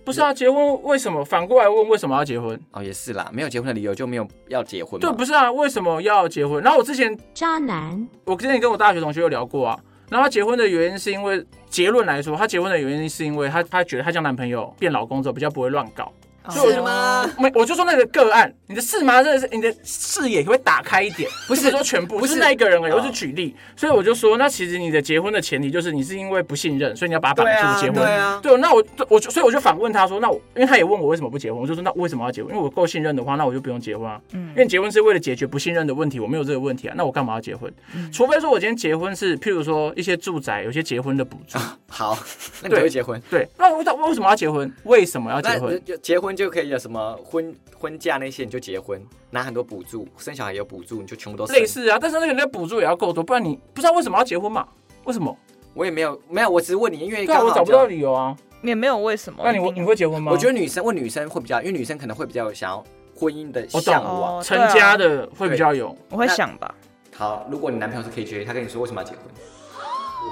[SPEAKER 2] 不是啊，结婚为什么？反过来问为什么要结婚？
[SPEAKER 1] 哦，也是啦，没有结婚的理由就没有要结婚嘛。
[SPEAKER 2] 对，不是啊，为什么要结婚？然后我之前
[SPEAKER 6] 渣男，
[SPEAKER 2] 我之前跟我大学同学有聊过啊，然后她结婚的原因是因为结论来说，她结婚的原因是因为她她觉得她交男朋友变老公之后比较不会乱搞。
[SPEAKER 3] 哦
[SPEAKER 1] 是吗？
[SPEAKER 2] 没，我就说那个个案，你的视麻真的是你的视野会打开一点，
[SPEAKER 1] 不是
[SPEAKER 2] 就说全部，
[SPEAKER 1] 不
[SPEAKER 2] 不
[SPEAKER 1] 是
[SPEAKER 2] 是那一个人而已，
[SPEAKER 1] 哦
[SPEAKER 2] 我是举例。所以我就说，那其实你的结婚的前提就是你是因为不信任，所以你要把他绑住结婚。
[SPEAKER 1] 啊，
[SPEAKER 2] 对，那我我就所以我就反问他说，那我因为他也问我为什么不结婚，我就说那为什么要结婚？因为我够信任的话，那我就不用结婚啊。
[SPEAKER 3] 嗯
[SPEAKER 2] 因为结婚是为了解决不信任的问题，我没有这个问题啊，那我干嘛要结婚？
[SPEAKER 1] 嗯
[SPEAKER 2] 除非说我今天结婚是，譬如说一些住宅有些结婚的补
[SPEAKER 1] 啊
[SPEAKER 2] 助，
[SPEAKER 1] 好， [LAUGHS] 那你就会结婚。
[SPEAKER 2] 对，那我我为什么要结婚？为什么要结
[SPEAKER 1] 那
[SPEAKER 2] 婚？
[SPEAKER 1] 就结婚就可以有什么婚婚嫁那些，你就结婚，拿很多补助，生小孩有补助，你就全部都生
[SPEAKER 2] 类似啊，但是那个人的补助也要够多，不然你不知道为什么要结婚嘛？为什么？
[SPEAKER 1] 我也没有没有，我只是问你，因为
[SPEAKER 2] 对
[SPEAKER 1] 刚
[SPEAKER 2] 啊，
[SPEAKER 1] 好
[SPEAKER 2] 我找不
[SPEAKER 1] 讲哦
[SPEAKER 2] 到理由啊。
[SPEAKER 3] 也没有为什么。
[SPEAKER 2] 那你
[SPEAKER 3] 一
[SPEAKER 2] 会
[SPEAKER 3] 定
[SPEAKER 2] 你会结婚吗？
[SPEAKER 1] 我觉得女生问女生会比较，因为女生可能会比较有想要婚姻的
[SPEAKER 2] 我懂
[SPEAKER 1] 向往。
[SPEAKER 3] 哦，
[SPEAKER 2] 成
[SPEAKER 3] 对啊
[SPEAKER 2] 家的会比较有。
[SPEAKER 3] 我会
[SPEAKER 1] 那
[SPEAKER 3] 想吧，
[SPEAKER 1] 好，如果你男朋友是 KJ，他跟你说为什么要结婚？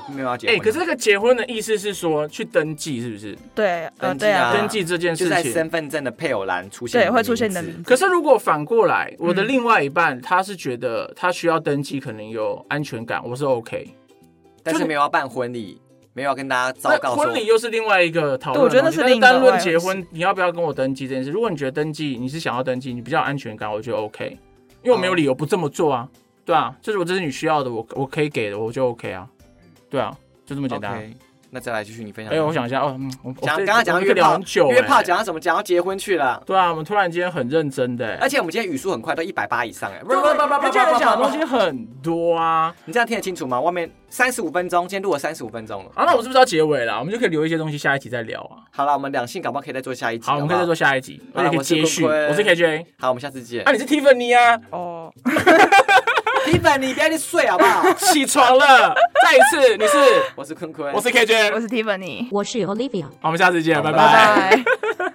[SPEAKER 1] 我没有要结
[SPEAKER 2] 哎，
[SPEAKER 1] 婚啊。
[SPEAKER 2] 可是这个结婚的意思是说去登记，是不是？
[SPEAKER 3] 对，呃，
[SPEAKER 1] 登记
[SPEAKER 3] 对
[SPEAKER 1] 啊
[SPEAKER 3] 啊，
[SPEAKER 2] 登记这件
[SPEAKER 1] 就
[SPEAKER 2] 事
[SPEAKER 1] 在
[SPEAKER 2] 情。
[SPEAKER 1] 身份证的配偶栏出现，
[SPEAKER 3] 对，会出现你的名。字。
[SPEAKER 2] 可是如果反过来，我
[SPEAKER 1] 嗯
[SPEAKER 2] 的另外一半他是觉得他需要登记，可能有安全感，我是 OK。
[SPEAKER 1] 但是
[SPEAKER 2] 就
[SPEAKER 1] 没有要办婚礼，没有要跟大家昭
[SPEAKER 2] 那
[SPEAKER 1] 告说
[SPEAKER 2] 婚礼又是另外一个讨论的
[SPEAKER 3] 对我觉得
[SPEAKER 2] 东
[SPEAKER 3] 那
[SPEAKER 2] 西，
[SPEAKER 3] 是
[SPEAKER 2] 但
[SPEAKER 3] 另一个
[SPEAKER 2] 单论
[SPEAKER 3] 外一回
[SPEAKER 2] 结
[SPEAKER 3] 事
[SPEAKER 2] 婚，你要不要跟我登记这件事？如果你觉得登记你是想要登记，你比较有安全感，我觉得 OK，因为我没
[SPEAKER 1] 哦
[SPEAKER 2] 有理由不这么做啊，对啊，就是我这是你需要的，我我可以给的，我就 OK 啊，对啊，就这么简单啊。
[SPEAKER 1] OK，那再来继续你分享。
[SPEAKER 2] 哎，我想一下哦，嗯，我
[SPEAKER 1] 讲
[SPEAKER 2] 我这
[SPEAKER 1] 刚刚
[SPEAKER 2] 我
[SPEAKER 1] 讲
[SPEAKER 2] 们
[SPEAKER 1] 约
[SPEAKER 2] 可以聊
[SPEAKER 1] 炮
[SPEAKER 2] 很久，
[SPEAKER 1] 约炮
[SPEAKER 2] 哎
[SPEAKER 1] 讲到什么？讲到结婚去了。
[SPEAKER 2] 对啊，我们突然间很认真的，
[SPEAKER 1] 而
[SPEAKER 2] 且
[SPEAKER 1] 且我们今天语速很快，都一百八以上哎！不
[SPEAKER 2] 不
[SPEAKER 1] 是
[SPEAKER 2] 不
[SPEAKER 1] 不是不
[SPEAKER 2] 不
[SPEAKER 1] 是不
[SPEAKER 2] 不，
[SPEAKER 1] 是
[SPEAKER 2] 这
[SPEAKER 1] 不
[SPEAKER 2] 人
[SPEAKER 1] 是
[SPEAKER 2] 讲的
[SPEAKER 1] 不
[SPEAKER 2] 东
[SPEAKER 1] 是
[SPEAKER 2] 西很多啊。
[SPEAKER 1] 你这样听得清楚吗？外面三十五分钟，今天录了三十五分钟了。
[SPEAKER 2] 啊好，那我们是不是要结尾了？我们就可以留一些东西，下一集再聊啊。
[SPEAKER 1] 好了，我们两性搞不好可以再做下一集。
[SPEAKER 2] 好，我们可以再
[SPEAKER 1] 不
[SPEAKER 2] 做下一集，
[SPEAKER 1] 好
[SPEAKER 2] 而且可以接续。
[SPEAKER 1] 我是坤坤
[SPEAKER 2] 我是 KJ，
[SPEAKER 1] 好，我们下次见
[SPEAKER 2] 啊，。你是 Tiffany 啊，
[SPEAKER 3] 哦，
[SPEAKER 1] 李本，你不要去睡好不好？
[SPEAKER 2] 起床了，再一次，你是，
[SPEAKER 1] [LAUGHS] 我是坤坤，
[SPEAKER 2] 我是
[SPEAKER 3] 我
[SPEAKER 2] KJ，
[SPEAKER 3] 是 Tiffany，
[SPEAKER 6] 我是 Olivia。
[SPEAKER 2] 好，我们下次见，拜
[SPEAKER 1] 拜
[SPEAKER 2] 拜。
[SPEAKER 3] 拜。